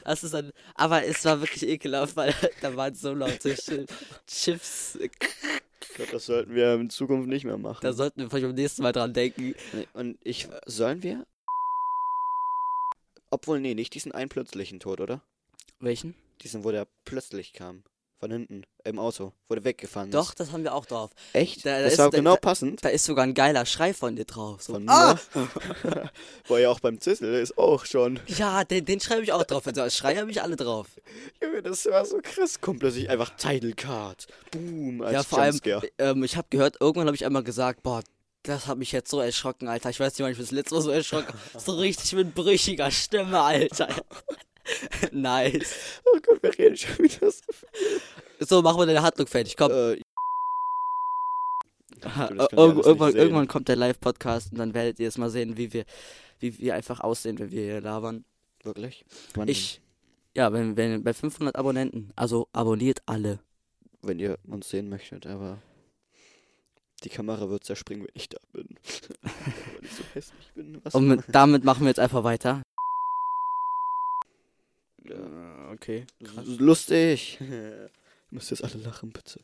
C: das ist dann, aber es war wirklich ekelhaft, weil da waren so laute Chi- Chips.
E: Ich glaube, das sollten wir in Zukunft nicht mehr machen.
C: Da sollten wir vielleicht beim nächsten Mal dran denken.
E: Nee, Und ich, äh, sollen wir? Obwohl, nee, nicht diesen einen plötzlichen Tod, oder?
C: Welchen?
E: Diesen, wo der plötzlich kam. Von hinten, im Auto, wo der weggefahren
C: Doch,
E: ist.
C: das haben wir auch drauf.
E: Echt?
C: da- da
E: das
C: ist-
E: war
C: da-
E: genau
C: da-
E: passend.
C: Da ist sogar ein geiler Schrei von dir drauf. So,
E: Von
C: ah!
E: mir. War ja auch beim Zissel, der ist auch schon.
C: Ja, den, den schreibe ich auch drauf. Also als Schrei habe ich alle drauf.
E: Junge, das war so krass. Kommt plötzlich einfach Title Card. Boom, als
C: ja, vor allem,
E: Jumpscare.
C: ähm, ich habe gehört, irgendwann habe ich einmal gesagt, boah, das hat mich jetzt so erschrocken, Alter. Ich weiß nicht, wann ich das letzte Mal so erschrocken habe. So richtig mit brüchiger Stimme, Alter. nice.
E: Oh Gott, wir reden schon wieder so.
C: Äh, So, machen wir deine Handlung fertig, komm.
E: Äh,
C: Ha,
A: Das könnt ihr alles
C: irgend-
A: nicht
C: irgendwann,
A: sehen.
C: irgendwann kommt der Live-Podcast und dann werdet ihr es mal sehen, wie wir, wie wir einfach aussehen, wenn wir hier labern.
A: Wirklich?
E: Wann
C: Ich, ja, wenn, wenn bei 500 Abonnenten, also abonniert alle.
E: denn? Wenn ihr uns sehen möchtet, aber die Kamera wird zerspringen, wenn ich da bin. Weil ich so hässlich bin. Was?
C: Und mit, damit machen wir jetzt einfach weiter.
E: Ja,
C: okay.
E: Das ist Ah, Lustig. Ihr müsst jetzt alle lachen, bitte.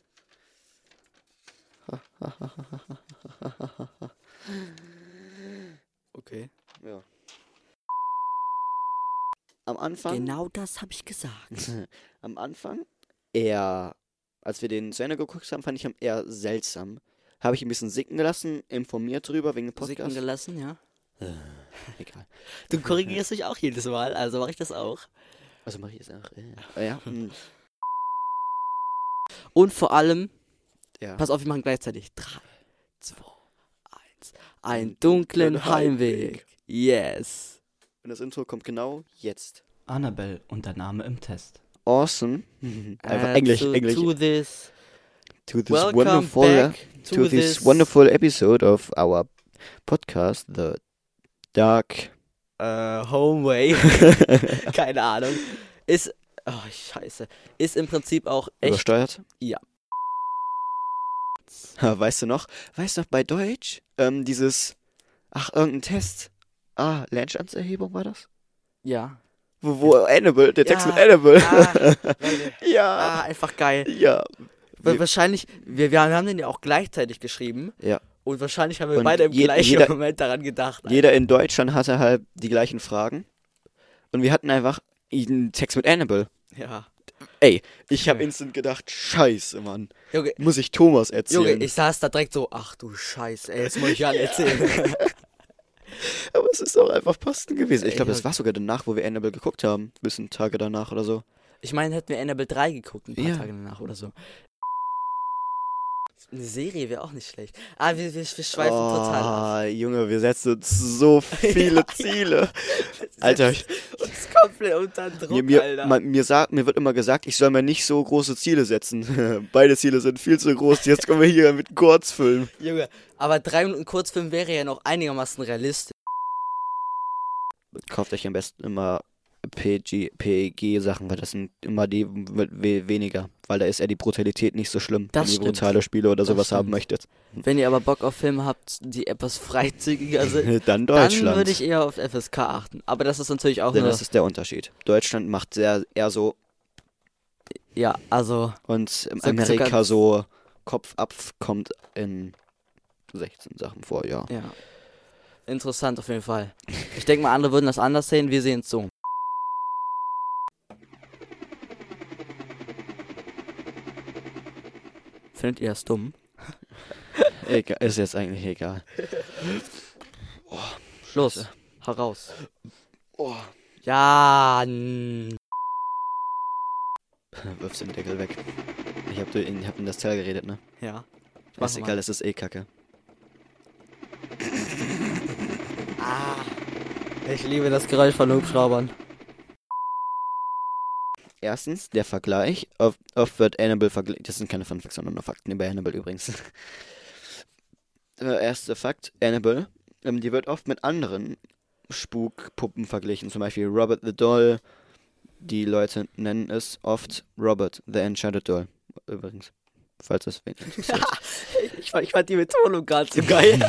C: Okay.
E: Ja. Am Anfang.
C: Genau das habe ich gesagt.
E: Genau. am Anfang eher, als wir den zu Ende geguckt haben, fand ich ihn eher seltsam. Habe ich ein bisschen sinken gelassen, informiert drüber wegen dem
C: Sicken
E: Podcast.
C: gelassen, ja.
E: Egal.
C: Du korrigierst dich auch jedes Mal, also mache ich das auch.
E: Also Marie ist einfach. Äh, äh, ja. mm,
C: Und vor allem,
E: ja.
C: pass auf, wir machen gleichzeitig. Drei, zwei, eins. Einen dunklen
E: dunklen
C: Heimweg.
E: Heimweg.
C: Yes.
E: Und das Intro kommt genau jetzt.
D: Annabelle und der Name im Test.
E: Awesome. Einfach Englisch,
C: to,
E: Englisch.
C: To this.
E: to this
C: Welcome
E: wonderful,
C: back to,
E: to, this,
C: this
E: wonderful episode of our podcast, The Dark.
C: Äh, Homeway. Keine Ahnung. Ist. Oh, scheiße. Ist im Prinzip auch echt.
E: Übersteuert?
C: Ja.
E: Ha, weißt du noch? Weißt du noch bei Deutsch? Ähm, dieses. Ach, irgendein Test. Ah, Lernstandserhebung war das?
C: Ja.
E: Wo, wo Annabelle, der Text
C: Ja.
E: mit Annabelle.
C: Ah, Leute. Ah,
E: ja.
C: einfach geil.
E: Ja.
C: Weil
E: Wir-
C: wahrscheinlich, wir, wir haben den ja auch gleichzeitig geschrieben.
E: Ja.
C: Und wahrscheinlich haben wir
E: Und
C: beide im
E: je-
C: gleichen
E: jeder-
C: Moment daran gedacht.
E: Jeder in Deutschland hatte halt die gleichen Fragen. Und wir hatten einfach einen Text mit Annabelle.
C: Ja.
E: Ich habe instant gedacht, scheiße, Mann.
C: Junge,
E: Muss ich Thomas erzählen?
C: Junge, ich saß da direkt so, ach du Scheiße, ey, jetzt muss ich ja erzählen.
E: Aber es ist auch einfach passend gewesen. Ich
C: Ey,
E: glaube, das
C: Junge.
E: war sogar danach, wo wir Annabelle geguckt haben. Ein bisschen Tage danach oder so.
C: Ich meine, hätten wir Annabelle 3 geguckt, ein paar
E: Ja.
C: Tage danach oder so. Eine Serie wäre auch nicht schlecht. Ah, wir, wir, wir schweifen total ab.
E: Ah, Junge, wir setzen uns so viele
C: Ja, ja.
E: Ziele. Alter, ich,
C: Uns komplett unter Druck,
E: mir, mir,
C: Alter.
E: man, mir, sagt, mir wird immer gesagt, ich soll mir nicht so große Ziele setzen. Beide Ziele sind viel zu groß. Jetzt kommen wir hier mit Kurzfilm.
C: Junge, aber 3 Minuten Kurzfilm wäre ja noch einigermaßen realistisch.
E: Kauft euch am besten immer PG, PG-Sachen, weil das sind immer die mit we- weniger. Weil da ist ja die Brutalität nicht so schlimm,
C: Das
E: wenn ihr
C: stimmt.
E: brutale Spiele oder
C: Das
E: sowas haben
C: stimmt.
E: möchtet.
C: Wenn ihr aber Bock auf Filme habt, die etwas freizügiger sind,
E: Also Dann
C: dann
E: Deutschland.
C: würde ich eher auf FSK achten. Aber das ist natürlich auch
E: Denn
C: nur...
E: das ist der Unterschied. Deutschland macht sehr, eher so
C: ja, also...
E: Und in
C: So-
E: Amerika
C: sogar-
E: so Kopf ab kommt in 16 Sachen vor, ja.
C: Ja. Interessant auf jeden Fall. Ich denke mal, andere würden das anders sehen, wir sehen es so. Findet ihr das dumm?
E: Egal, ist jetzt eigentlich egal.
C: Los, heraus.
E: Oh,
C: Ja, n-
E: wirfst den Deckel weg. Ich hab, dir- ich hab in das Teil geredet, ne?
C: ja. Mach
E: Ist
C: mal.
E: egal, das ist eh kacke.
C: Ah, ich liebe das Geräusch von Hubschraubern.
E: Erstens, der Vergleich. Oft, oft wird Annabelle verglichen. Das sind keine Funfacts, sondern nur Fakten über Annabelle übrigens. Der erste Fakt: Annabelle. Ähm, die wird oft mit anderen Spukpuppen verglichen. Zum Beispiel Robert the Doll. Die Leute nennen es oft Robert the Enchanted Doll. Übrigens. Falls es wen interessiert.
C: Ich fand, ich fand die Betonung gerade so geil.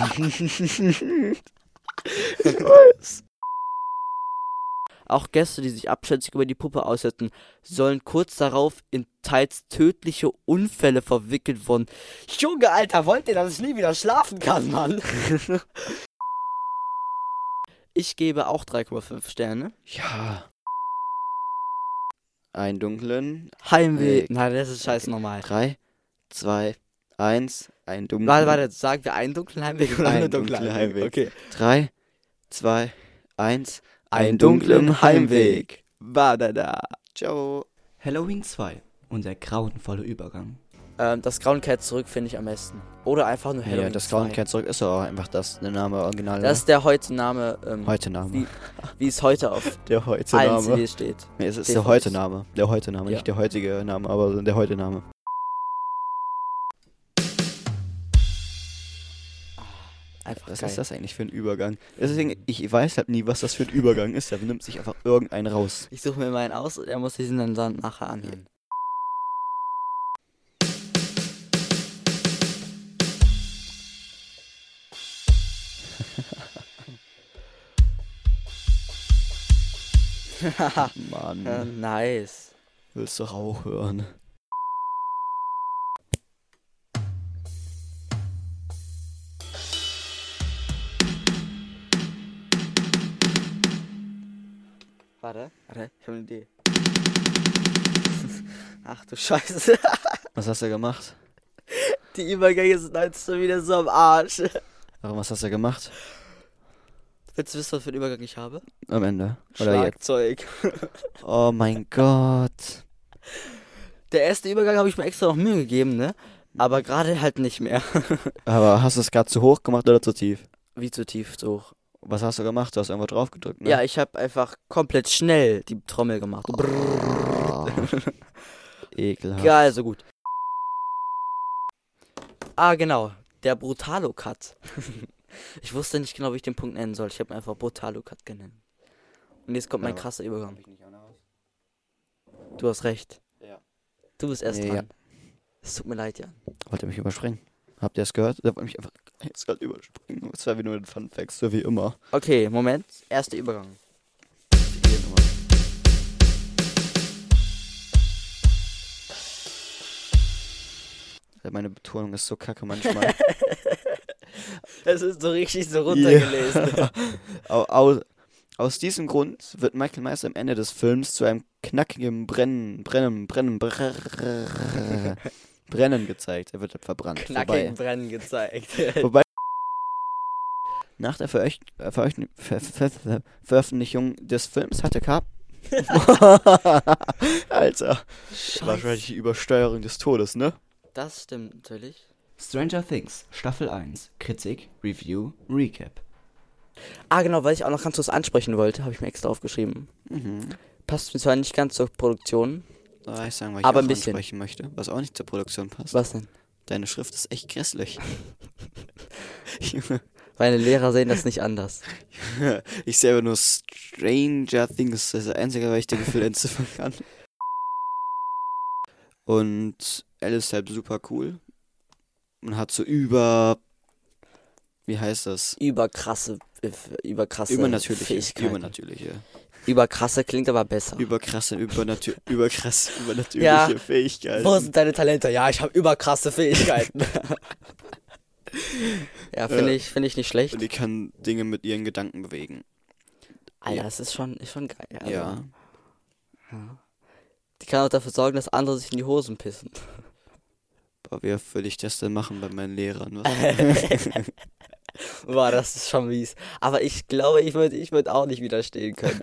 C: Auch Gäste, die sich abschätzig über die Puppe aussetzen, sollen kurz darauf in teils tödliche Unfälle verwickelt worden. Junge, Alter, wollt ihr, dass ich nie wieder schlafen kann, Mann? ich gebe auch 3,5 Sterne.
E: ja. Einen dunklen.
C: Heimweh.
E: Ey.
C: Nein, das ist scheiße normal.
E: 3, 2, 1. Einen dunklen.
C: Warte, warte, sagen wir einen dunklen Heimweg oder
E: Einen
C: einen dunklen
E: dunklen
C: Heimweg?
E: Heimweg.
C: Okay.
E: 3, 2, 1.
C: Einen dunklen Heimweg. Badada.
E: Ciao.
D: Halloween 2 und der grauenvolle Übergang.
C: Ähm, das Grauen kehrt zurück, finde ich am besten. Oder einfach nur Halloween
E: ja,
C: 2.
E: das Clown kehrt zurück ist doch einfach das, der Name original.
C: Das ist der heute Name, ähm,
E: ne? heute Name.
C: wie- wie es heute auf
E: Der heute
C: allen CDs steht.
E: Nee, es ist
C: Der
E: der heute Name. Der heute Name,
C: Ja.
E: nicht der heutige Name, aber der heute Name.
C: einfach
E: Was
C: geil.
E: ist das eigentlich für ein Übergang? Deswegen, ich weiß halt nie, was das für ein Übergang ist. Da nimmt sich einfach irgendeinen raus.
C: Ich suche mir meinen aus und er muss diesen dann dann nachher anhören.
E: Mann,
C: Ja, nice.
E: willst du Rauch hören?
C: Warte, warte, ich habe eine Idee. Ach du Scheiße.
E: Was hast du gemacht?
C: Die Übergänge sind halt schon wieder so am Arsch.
E: Warum hast du das ja gemacht?
C: Willst du wissen, was für einen Übergang ich habe?
E: Am Ende. Oder jetzt?
C: Schlagzeug.
E: Oh mein Gott.
C: Der erste Übergang habe ich mir extra noch Mühe gegeben, ne? Aber gerade halt nicht mehr.
E: Aber hast du es gerade zu hoch gemacht oder zu tief?
C: Wie zu tief, so hoch.
E: Was hast du gemacht? Du hast einfach drauf gedrückt, ne?
C: Ja, ich habe einfach komplett schnell die Trommel gemacht.
E: Oh. Ekelhaft.
C: Geil, so also gut. Ah, genau. Der Brutalo-Cut. ich wusste nicht genau, wie ich den Punkt nennen soll. Ich habe ihn einfach Brutalo-Cut genannt. Und jetzt kommt mein
E: Ja.
C: krasser Übergang. Du hast recht.
E: Ja.
C: Du bist erst
E: Ja.
C: dran. Es tut mir leid, Jan.
E: Wollte mich überspringen. Habt ihr es gehört? Der wollte mich einfach jetzt gerade überspringen. Es war wieder nur ein Fun Fact, so wie immer.
C: Okay, Moment. Erster Übergang.
E: Meine Betonung ist so kacke manchmal.
C: Es ist so richtig so
E: Ja. Au- au- Aus diesem Grund wird Michael Myers am Ende des Films zu einem knackigen Brennen, Brennen, Brennen, Brrrr- Brennen gezeigt. Er wird verbrannt. Wobei,
C: Knackigen Brennen gezeigt.
E: wobei nach der Veröch äh, Veröch- Ver Ver Ver Veröffentlichung des Films hatte Carp. Alter. Also. Wahrscheinlich die Übersteuerung des Todes, ne?
C: Das stimmt natürlich.
D: Stranger Things, Staffel 1, Kritik, Review, Recap.
C: Ah, genau, weil ich auch noch ganz kurz ansprechen wollte, habe ich mir extra aufgeschrieben.
E: Mhm.
C: Passt mir zwar nicht ganz zur Produktion.
E: Da weiß ich sagen, was ich
C: Aber
E: Aber
C: ein
E: auch
C: bisschen.
E: ansprechen möchte, was auch nicht zur Produktion passt.
C: Was denn?
E: Deine Schrift ist echt grässlich. Junge,
C: Meine Lehrer sehen das nicht anders.
E: ich selber nur Stranger Things, das ist das einzige, weil ich dir Gefühl entziffern kann. Und Alice ist halt super cool. Und hat so über. Wie heißt das?
C: Überkrasse, äh, überkrasse
E: Übernatürliche.
C: Fähigkeiten.
E: Übernatürliche.
C: Überkrasse klingt aber besser.
E: Überkrasse, übernatür überkrass, übernatürliche
C: Ja.
E: Fähigkeiten.
C: Wo sind deine Talente? Ja, ich habe überkrasse Fähigkeiten. ja, finde
E: Äh.
C: ich, finde ich nicht schlecht.
E: Und die kann Dinge mit ihren Gedanken bewegen.
C: Alter, das ist schon, ist schon geil. Also,
E: Ja.
C: Die kann auch dafür sorgen, dass andere sich in die Hosen pissen.
E: Boah, wie oft würde ich das denn machen bei meinen Lehrern?
C: Äh.
E: Was?
C: Boah, das ist schon mies. Aber ich glaube, ich würde ich würd auch nicht widerstehen können.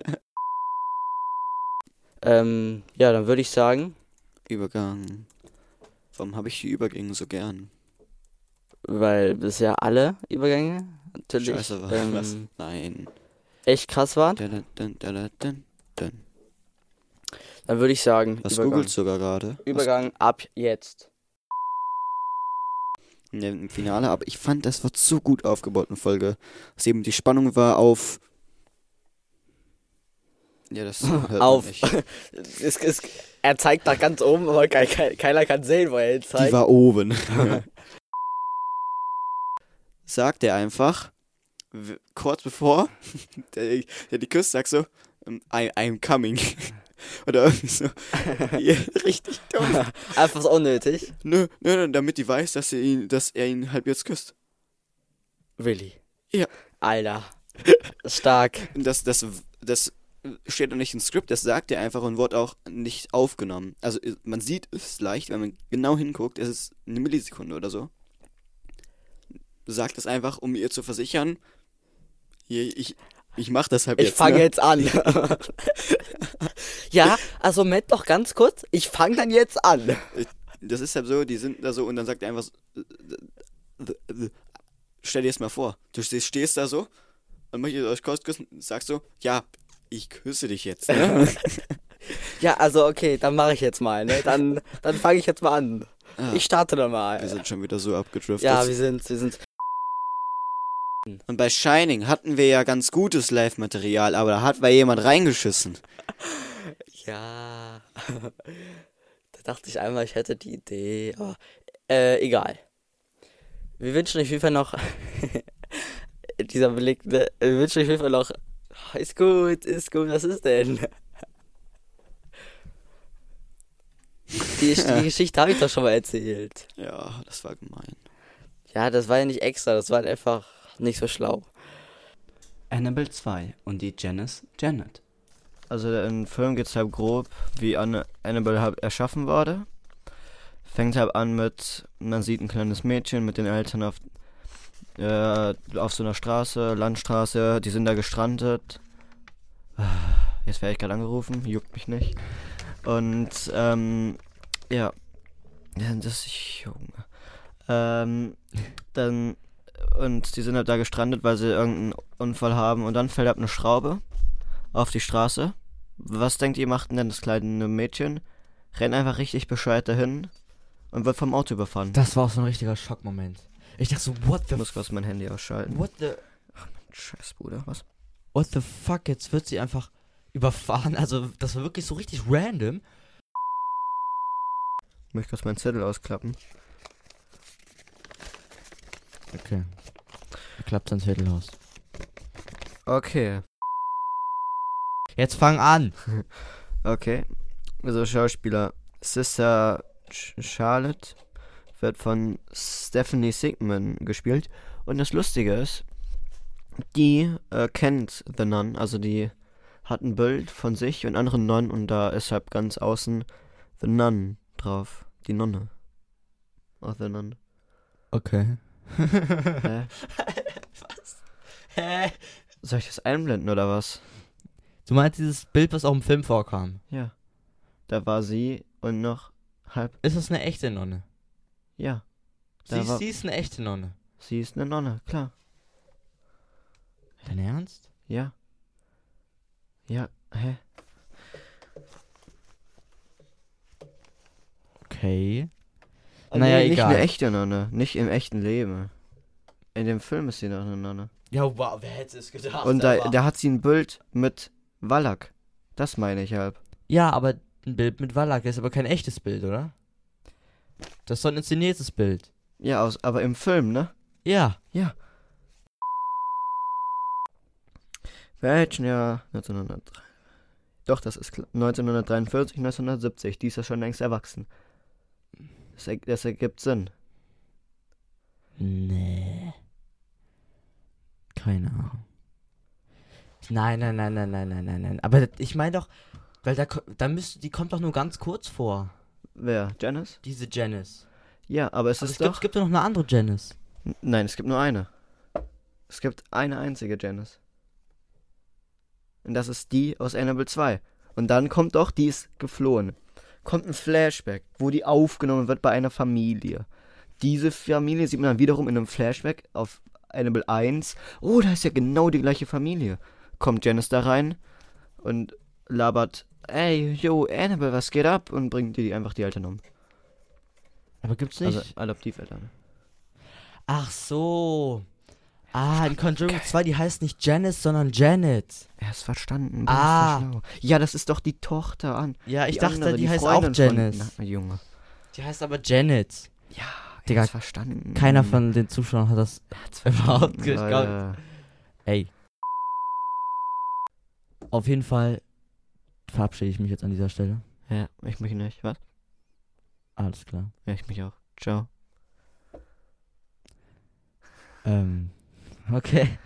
C: ähm, ja, dann würde ich sagen,
E: Übergang. Warum habe ich die Übergänge so gern?
C: weil bisher alle Übergänge natürlich
E: Scheiße, was? was?
C: ähm,
E: Nein.
C: echt krass waren,
E: Dun, dun, dun, dun, dun, dun.
C: dann würde ich sagen,
E: Was
C: Übergang,
E: googelst sogar gerade? Was-
C: Übergang ab jetzt.
E: Ne, Im Finale, aber ich fand, das wird so gut aufgebaut in Folge. Dass eben die Spannung war auf. Ja, das hört man
C: Auf.
E: nicht.
C: Es, es, er zeigt nach ganz oben, aber kei- kei- keiner kann sehen, wo er ihn
E: Die
C: zeigt.
E: war oben. sagt er einfach, w- kurz bevor der, der die küsst, sagt so, ähm, I, I'm coming. Oder irgendwie so. ja, richtig dumm.
C: Einfach so unnötig.
E: Nö, nö, nö, damit die weiß, dass er ihn, dass er ihn halt jetzt küsst.
C: Willi.
E: Ja.
C: Alter. Stark.
E: Und das, das, das steht doch nicht im Skript, das sagt er einfach und wird auch nicht aufgenommen. Also man sieht es leicht, wenn man genau hinguckt, es ist eine Millisekunde oder so. Sagt es einfach, um ihr zu versichern, hier, ich, ich mach das halt
C: Ich
E: jetzt.
C: fange
E: ne?
C: jetzt an. ja, also Moment noch ganz kurz. Ich fange dann jetzt an.
E: Das ist halt so, die sind da so äh, und dann sagt er einfach, so, stell dir jetzt mal vor, du stehst, stehst da so und möchtest euch kurz küssen, sagst so, ja, ich küsse dich jetzt. Ne?
C: Ja, also okay, dann mache ich jetzt mal. Ne? Dann, dann fange ich jetzt mal an.
E: Ah.
C: Ich starte dann
E: Wir
C: mal.
E: sind schon wieder so abgedriftet.
C: Ja, wir sind, wir sind.
E: Und bei Shining hatten wir ja ganz gutes Live-Material, aber da hat mal jemand reingeschissen.
C: Ja. da dachte ich einmal, ich hätte die Idee, aber äh, egal. Wir wünschen euch auf jeden Fall noch. dieser Blick, ne? Wir wünschen euch auf jeden Fall noch. Ist gut, ist gut, was ist denn? Die, die Geschichte habe ich doch schon mal erzählt.
E: Ja, das war gemein.
C: Ja, das war ja nicht extra, das war halt einfach nicht so schlau.
D: Annabelle 2 und die Janice Janet.
I: Also im Film geht es halt grob, wie Anne- Annabelle halt erschaffen wurde. Fängt halt an mit, man sieht ein kleines Mädchen mit den Eltern auf, äh, auf so einer Straße, Landstraße, die sind da gestrandet. Ah, Jetzt werde ich gerade angerufen, juckt mich nicht. Und, ähm, ja. Ja, Das ist Junge. Ähm, dann, und die sind halt da gestrandet, weil sie irgendeinen Unfall haben. Und dann fällt halt eine Schraube auf die Straße. Was denkt ihr, macht denn das kleine Mädchen? Rennt einfach richtig bescheuert dahin und wird vom Auto überfahren.
J: Das war auch so ein richtiger Schockmoment. Ich dachte so, what the
I: ich muss kurz mein Handy ausschalten.
J: What the,
I: Scheiß, Bruder, was?
J: what the fuck, jetzt wird sie einfach überfahren. Also, das war wirklich so richtig random.
I: Ich muss kurz meinen Zettel ausklappen.
J: Okay. Klappt sein Zettel aus.
I: Okay.
J: Jetzt fang an.
I: Okay. Also Schauspieler Sister Ch- Charlotte wird von Stephanie Sigman gespielt. Und das Lustige ist, die äh, kennt The Nun. Also die hat ein Bild von sich und anderen Nonnen und da ist halt ganz außen The Nun drauf. Die Nonne. Oh, The Nun.
J: Okay.
I: Hä?
J: Was? Hä?
I: Soll ich das einblenden oder was?
J: Du meinst dieses Bild, was auch im Film vorkam?
I: Ja. Da war sie und noch halb.
J: Ist das eine echte Nonne?
I: Ja.
J: Sie,
I: Da
J: ist-
I: war-
J: sie ist eine echte Nonne.
I: Sie ist eine Nonne, klar.
J: Dein Ernst?
I: Ja. Ja, hä?
J: Okay.
I: Ah,
J: Naja,
I: nicht
J: egal.
I: eine echte Nonne, nicht im echten Leben. In dem Film ist sie noch eine Nonne.
J: Ja, wow, wer hätte es gedacht?
I: Und da,
J: aber-
I: da hat sie ein Bild mit Wallach. Das meine ich halt.
J: ja, aber ein Bild mit Wallach ist aber kein echtes Bild, oder? Das ist doch ein inszeniertes Bild.
I: Ja, aus, aber im Film, ne?
J: Ja.
I: Welchen Jahr? 1903. Doch, das ist klar. 1943, 1970. Die ist ja schon längst erwachsen. Das, er, das ergibt Sinn.
J: Nee. Keine Ahnung. Nein, nein, nein, nein, nein, nein, nein, nein. Aber das- ich meine doch, weil da, ko- da müsste, die kommt doch nur ganz kurz vor.
I: Wer? Janice?
J: Diese Janice.
I: Ja, aber es
J: Aber
I: ist
J: es gibt,
I: doch.
J: gibt doch noch eine andere Janice.
I: N- Nein, es gibt nur eine. Es gibt eine einzige Janice. Und das ist die aus Annabelle 2. Und dann kommt doch, die ist geflohen. Kommt ein Flashback, wo die aufgenommen wird bei einer Familie. Diese Familie sieht man dann wiederum in einem Flashback auf Annabelle 1. Oh, da ist ja genau die gleiche Familie. Kommt Janice da rein und labert, ey, yo, Annabelle, was geht ab? Und bringt die einfach die Eltern um.
J: Aber gibt's nicht.
I: Also Adoptiveltern.
J: Ach so. Ah, in Conjuring 2, die heißt nicht Janice, sondern Janet.
I: Er ist verstanden.
J: Ah.
I: Ah. Ist so schlau. Ja, das ist doch die Tochter an.
J: Ja, ich
I: die
J: dachte,
I: andere,
J: die, heißt auch
I: Freundin von-
J: Janice.
I: Na, Junge.
J: Die heißt aber Janet.
I: Ja,
J: Digga,
I: Digga, verstanden.
J: Keiner von den Zuschauern hat das
I: Hat's
J: überhaupt
I: verstanden,
J: geglaubt.
I: Leute.
J: Ey. Auf jeden Fall verabschiede ich mich jetzt an dieser Stelle.
I: Ja, ich mich nicht. Was?
J: Alles klar.
I: Ja, ich mich auch. Ciao.
J: Ähm. Okay.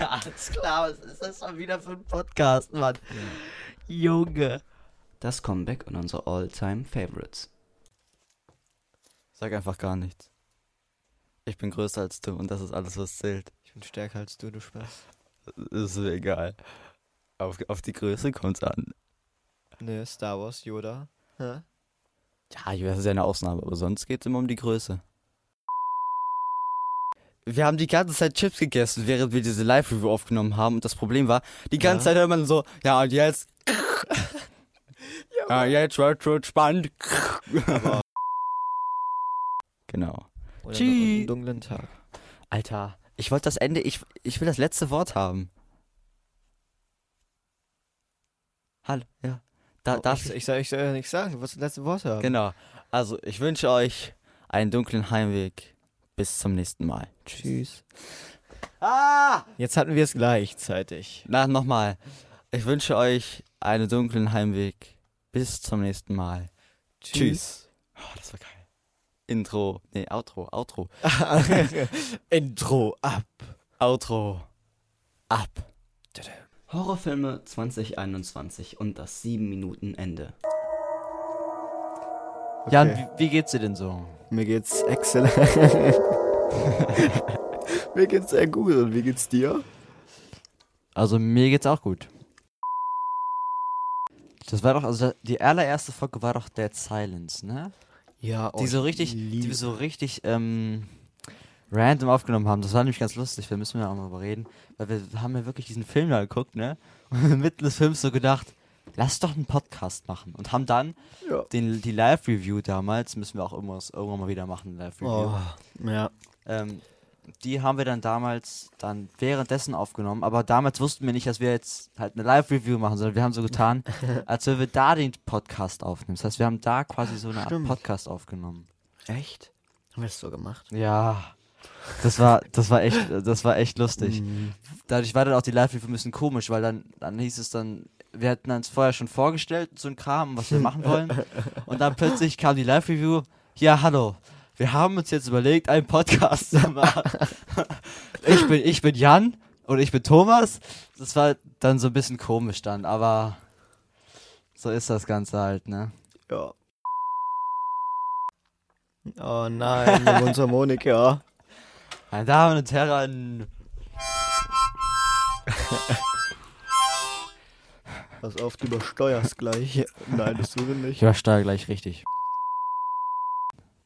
J: Alles klar, was ist das schon wieder für ein Podcast, Mann? Junge.
D: Das Comeback und unsere All-Time-Favorites.
E: Sag einfach gar nichts. Ich bin größer als du und das ist alles, was zählt.
I: Ich bin stärker als du, du Spaß.
E: Ist mir egal. Auf, auf die Größe kommt's an.
I: Ne, Star Wars, Yoda. Hä?
E: Ja, das ist ja eine Ausnahme, aber sonst geht's immer um die Größe. Wir haben die ganze Zeit Chips gegessen, während wir diese Live-Review aufgenommen haben. Und das Problem war, die ganze Zeit hört man so, ja und jetzt... ja, jetzt wird wird spannend. genau.
I: Oder
E: Tschüss.
I: dunklen Tag.
E: Alter,
J: Ich wollte das Ende, ich, ich will das letzte Wort haben. Hallo, ja. Da, darf
K: Oh, ich,
J: ich?
K: ich, soll, ich soll ja nichts sagen, du wolltest das letzte Wort haben.
J: Genau. Also, ich wünsche euch einen dunklen Heimweg. Bis zum nächsten Mal. Tschüss. Ah!
K: Jetzt hatten wir es gleichzeitig.
J: Na, nochmal. Ich wünsche euch einen dunklen Heimweg. Bis zum nächsten Mal. Tschüss. Oh, das war geil. Intro. Nee, Outro. Outro.
K: Intro ab.
J: Outro. Ab.
D: Horrorfilme 2021 und das 7-Minuten-Ende.
K: Jan,
A: Okay.
K: wie, wie geht's dir denn so?
E: Mir geht's exzellent. Mir geht's sehr gut und wie geht's dir?
K: Also mir geht's auch gut. Das war doch, also da- die allererste Folge war doch Dead Silence, ne?
E: Ja, oh,
K: Die so richtig, die wir so richtig ähm, random aufgenommen haben. Das war nämlich ganz lustig, da müssen wir auch mal drüber reden. Weil wir haben ja wirklich diesen Film da geguckt, ne? Und mitten des Films so gedacht, lass doch einen Podcast machen. Und haben dann
E: Ja.
K: den, die Live-Review damals, müssen wir auch irgendwas, irgendwann mal wieder machen, Live-Review.
E: Oh, ja.
K: Ähm, die haben wir dann damals dann währenddessen aufgenommen, aber damals wussten wir nicht, dass wir jetzt halt eine Live-Review machen, sondern wir haben so getan, als würden wir da den Podcast aufnehmen. Das heißt, wir haben da quasi so eine Art Podcast aufgenommen.
E: Echt? Haben wir das so gemacht?
K: Ja. Das war, das war echt, das war echt lustig. Dadurch war dann auch die Live-Review ein bisschen komisch, weil dann, dann hieß es dann, wir hatten uns vorher schon vorgestellt, so ein Kram, was wir machen wollen. Und dann plötzlich kam die Live-Review, ja, hallo, wir haben uns jetzt überlegt, einen Podcast zu machen. Ich bin, ich bin Jan und ich bin Thomas. Das war dann so ein bisschen komisch dann, aber so ist das Ganze halt, ne?
E: Ja. Oh nein, eine Mundharmonika.
K: Meine Damen und Herren,
E: Pass auf, du übersteuerst gleich. Nein, das tun wir
K: Ich
E: nicht.
K: übersteuere gleich richtig.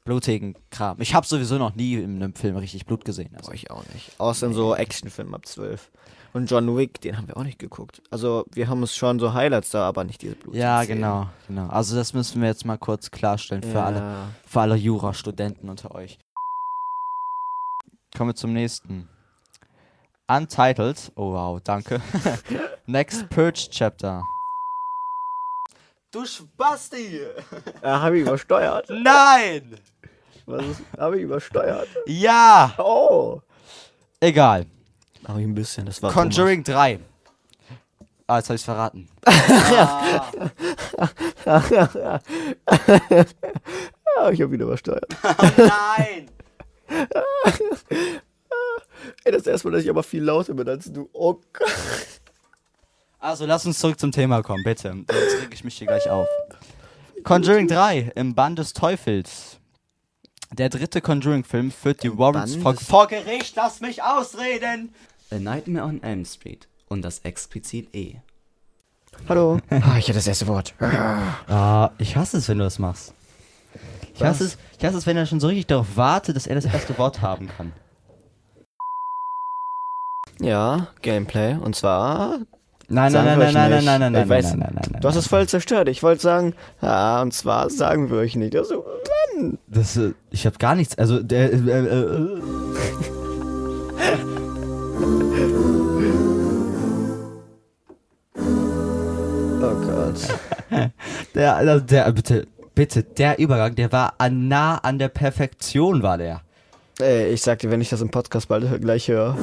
K: Blutigen Kram. Ich habe sowieso noch nie in einem Film richtig Blut gesehen. Also.
E: Boah, ich auch nicht. Außer in so Actionfilmen ab 12. Und John Wick, den haben wir auch nicht geguckt. Also, wir haben uns schon so Highlights da, aber nicht diese Blut.
K: Ja, genau, genau. Also das müssen wir jetzt mal kurz klarstellen für alle,
E: Ja.
K: für alle Jurastudenten unter euch. Kommen wir zum nächsten. Untitled. Oh wow, danke. Next Purge Chapter. Du Spasti!
E: Ah, habe ich übersteuert.
K: Nein!
E: Was ist? Habe ich übersteuert.
K: Ja!
E: Oh.
K: Egal.
E: Habe ich ein bisschen, das war
K: Conjuring 3. Ah, jetzt habe ich verraten.
E: Ah, ich habe wieder übersteuert.
K: Nein!
E: Ey, das erste Mal, dass ich aber viel lauter bin als du. Oh Gott.
K: Also lass uns zurück zum Thema kommen, bitte. Sonst reg ich mich hier gleich auf. Conjuring 3 im Bann des Teufels. Der dritte Conjuring-Film führt die Warrens
E: Bann
K: vor,
E: des-
K: vor Gericht. Lass mich ausreden!
D: A Nightmare on Elm Street und das explizit E.
E: Hallo. Ah, ich hatte das erste Wort.
K: Ah, ich hasse es, wenn du das machst. Ich hasse, es, ich hasse es, wenn er schon so richtig darauf wartet, dass er das erste Wort haben kann.
E: Ja, Gameplay. Und zwar.
K: Nein, nein,
E: Sagen
K: nein,
E: wir
K: nein,
E: euch
K: nein, nein,
E: nicht.
K: nein, nein,
E: Ich
K: nein,
E: weiß,
K: nein, nein, nein, nein.
E: Du hast es voll zerstört. Ich wollte sagen. Ah, und zwar sagen wir euch nicht. Also, Mann.
K: Das, äh, ich habe gar nichts. Also der. Äh, äh, äh.
E: Oh Gott.
K: Der, also der, bitte, bitte, der Übergang, der war an, nah an der Perfektion, war der.
E: Ey, ich sag dir, wenn ich das im Podcast bald gleich höre.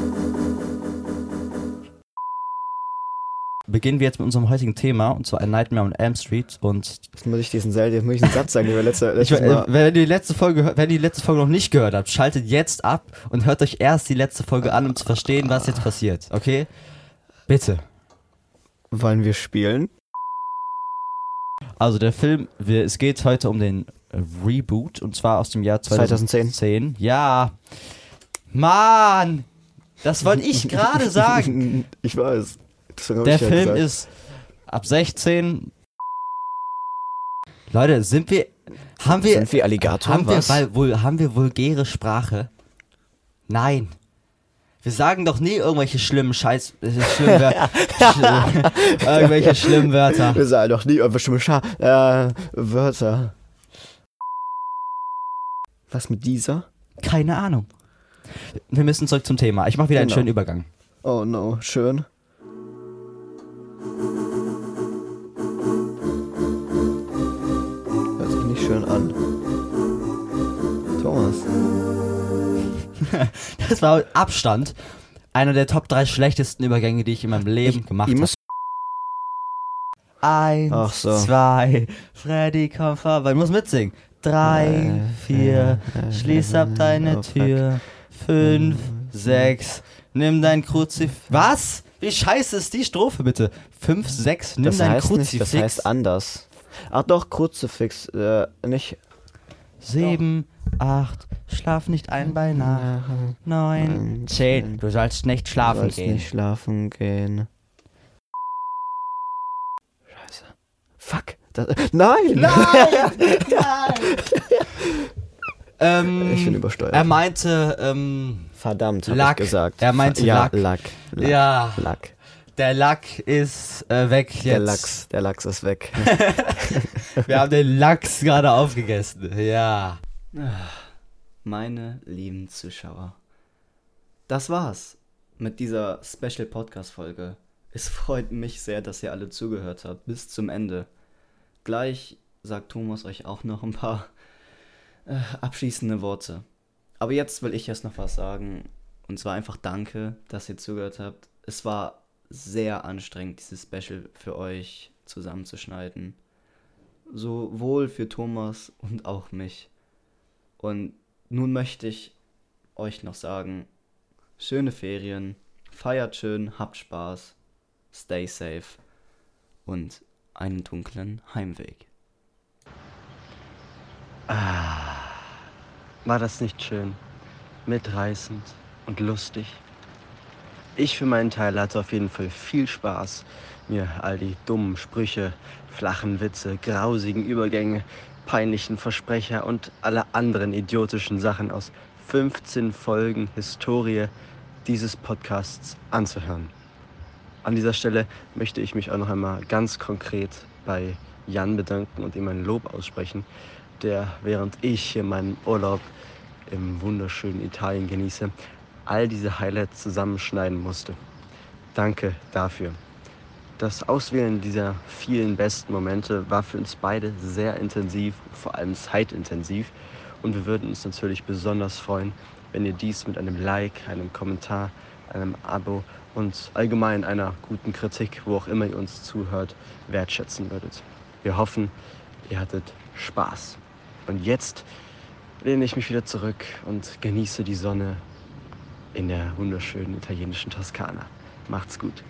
K: Beginnen wir jetzt mit unserem heutigen Thema, und zwar A Nightmare on Elm Street. Und
E: Jetzt muss ich diesen, Sel jetzt muss ich diesen Satz sagen, den wir letzte,
K: ich,
E: letztes
K: äh,
E: Mal.
K: wenn, ihr die letzte Folge, hört- wenn ihr die letzte Folge noch nicht gehört habt, schaltet jetzt ab und hört euch erst die letzte Folge an, um zu verstehen, was jetzt passiert, okay? Bitte.
E: Wollen wir spielen?
K: Also der Film, wir, es geht heute um den äh, Reboot, und zwar aus dem Jahr
E: 2010.
K: 2010. Ja. Mann! Das wollte ich gerade sagen.
E: Ich weiß. Deswegen hab
K: Der
E: ich ja
K: Film
E: gesagt.
K: ist ab 16. Leute, sind wir. Haben wir.
E: Sind wir Alligator?
K: haben, wir
E: was?
K: weil, wohl, haben wir vulgäre Sprache? Nein. Wir sagen doch nie irgendwelche schlimmen Scheiß. Äh, schlimmen Wör schl irgendwelche schlimmen Wörter.
E: wir sagen doch nie irgendwelche Scha äh, Wörter. Was mit dieser?
K: Keine Ahnung.
I: wir müssen zurück zum Thema. Ich mache wieder einen
K: Genau.
I: schönen Übergang.
K: Oh no, schön. Hört sich nicht schön an. Thomas.
I: Das war mit Abstand einer der Top 3 schlechtesten Übergänge, die ich in meinem Leben gemacht
K: ihr
I: habe.
K: müsst- Ach
I: Eins,
K: so.
I: zwei, Freddy, komm vorbei. Ich muss mitsingen. Drei,
J: Äh,
I: vier, schließ ab deine
K: oh, fuck.
I: Tür. Fünf, sechs, nimm dein Kruzifix. Was? Wie scheiße ist die Strophe bitte? Fünf, sechs, nimm
K: Das
I: dein
K: heißt
I: Kruzifix.
K: nicht, das heißt anders. Ach doch, Kruzifix, äh, nicht.
I: Sieben, acht, schlaf nicht ein bei Nacht. Neun, zehn, du sollst nicht
K: Du
I: schlafen
K: sollst
I: gehen.
K: nicht schlafen gehen. Scheiße. Fuck. Das, nein!
I: Ähm,
K: Ich bin übersteuert.
I: Er meinte, ähm,
K: Verdammt, Äh, hab
I: Lack.
K: ich gesagt.
I: Er meinte
K: ja,
I: Lack.
K: Lack. Lack.
I: ja,
K: Lack.
I: der Lack ist äh, weg jetzt.
K: Der Lachs, der Lachs ist weg.
I: Wir haben den Lachs gerade aufgegessen. Ja.
D: Meine lieben Zuschauer, das war's mit dieser Special Podcast Folge. Es freut mich sehr, dass ihr alle zugehört habt bis zum Ende. Gleich sagt Thomas euch auch noch ein paar äh, abschließende Worte. Aber jetzt will ich erst noch was sagen und zwar einfach danke, dass ihr zugehört habt. Es war sehr anstrengend dieses Special für euch zusammenzuschneiden. Sowohl für Thomas und auch mich. Und nun möchte ich euch noch sagen, schöne Ferien, feiert schön, habt Spaß, stay safe und einen dunklen Heimweg.
A: War das nicht schön? Mitreißend und lustig? Ich für meinen Teil hatte auf jeden Fall viel Spaß, mir all die dummen Sprüche, flachen Witze, grausigen Übergänge, peinlichen Versprecher und alle anderen idiotischen Sachen aus 15 Folgen Historie dieses Podcasts anzuhören. An dieser Stelle möchte ich mich auch noch einmal ganz konkret bei Jan bedanken und ihm ein Lob aussprechen, der, während ich hier meinen Urlaub im wunderschönen Italien genieße, all diese Highlights zusammenschneiden musste. Danke dafür. Das Auswählen dieser vielen besten Momente war für uns beide sehr intensiv, vor allem zeitintensiv. Und wir würden uns natürlich besonders freuen, wenn ihr dies mit einem Like, einem Kommentar, einem Abo und allgemein einer guten Kritik, wo auch immer ihr uns zuhört, wertschätzen würdet. Wir hoffen, ihr hattet Spaß. Und jetzt lehne ich mich wieder zurück und genieße die Sonne in der wunderschönen italienischen Toskana. Macht's gut.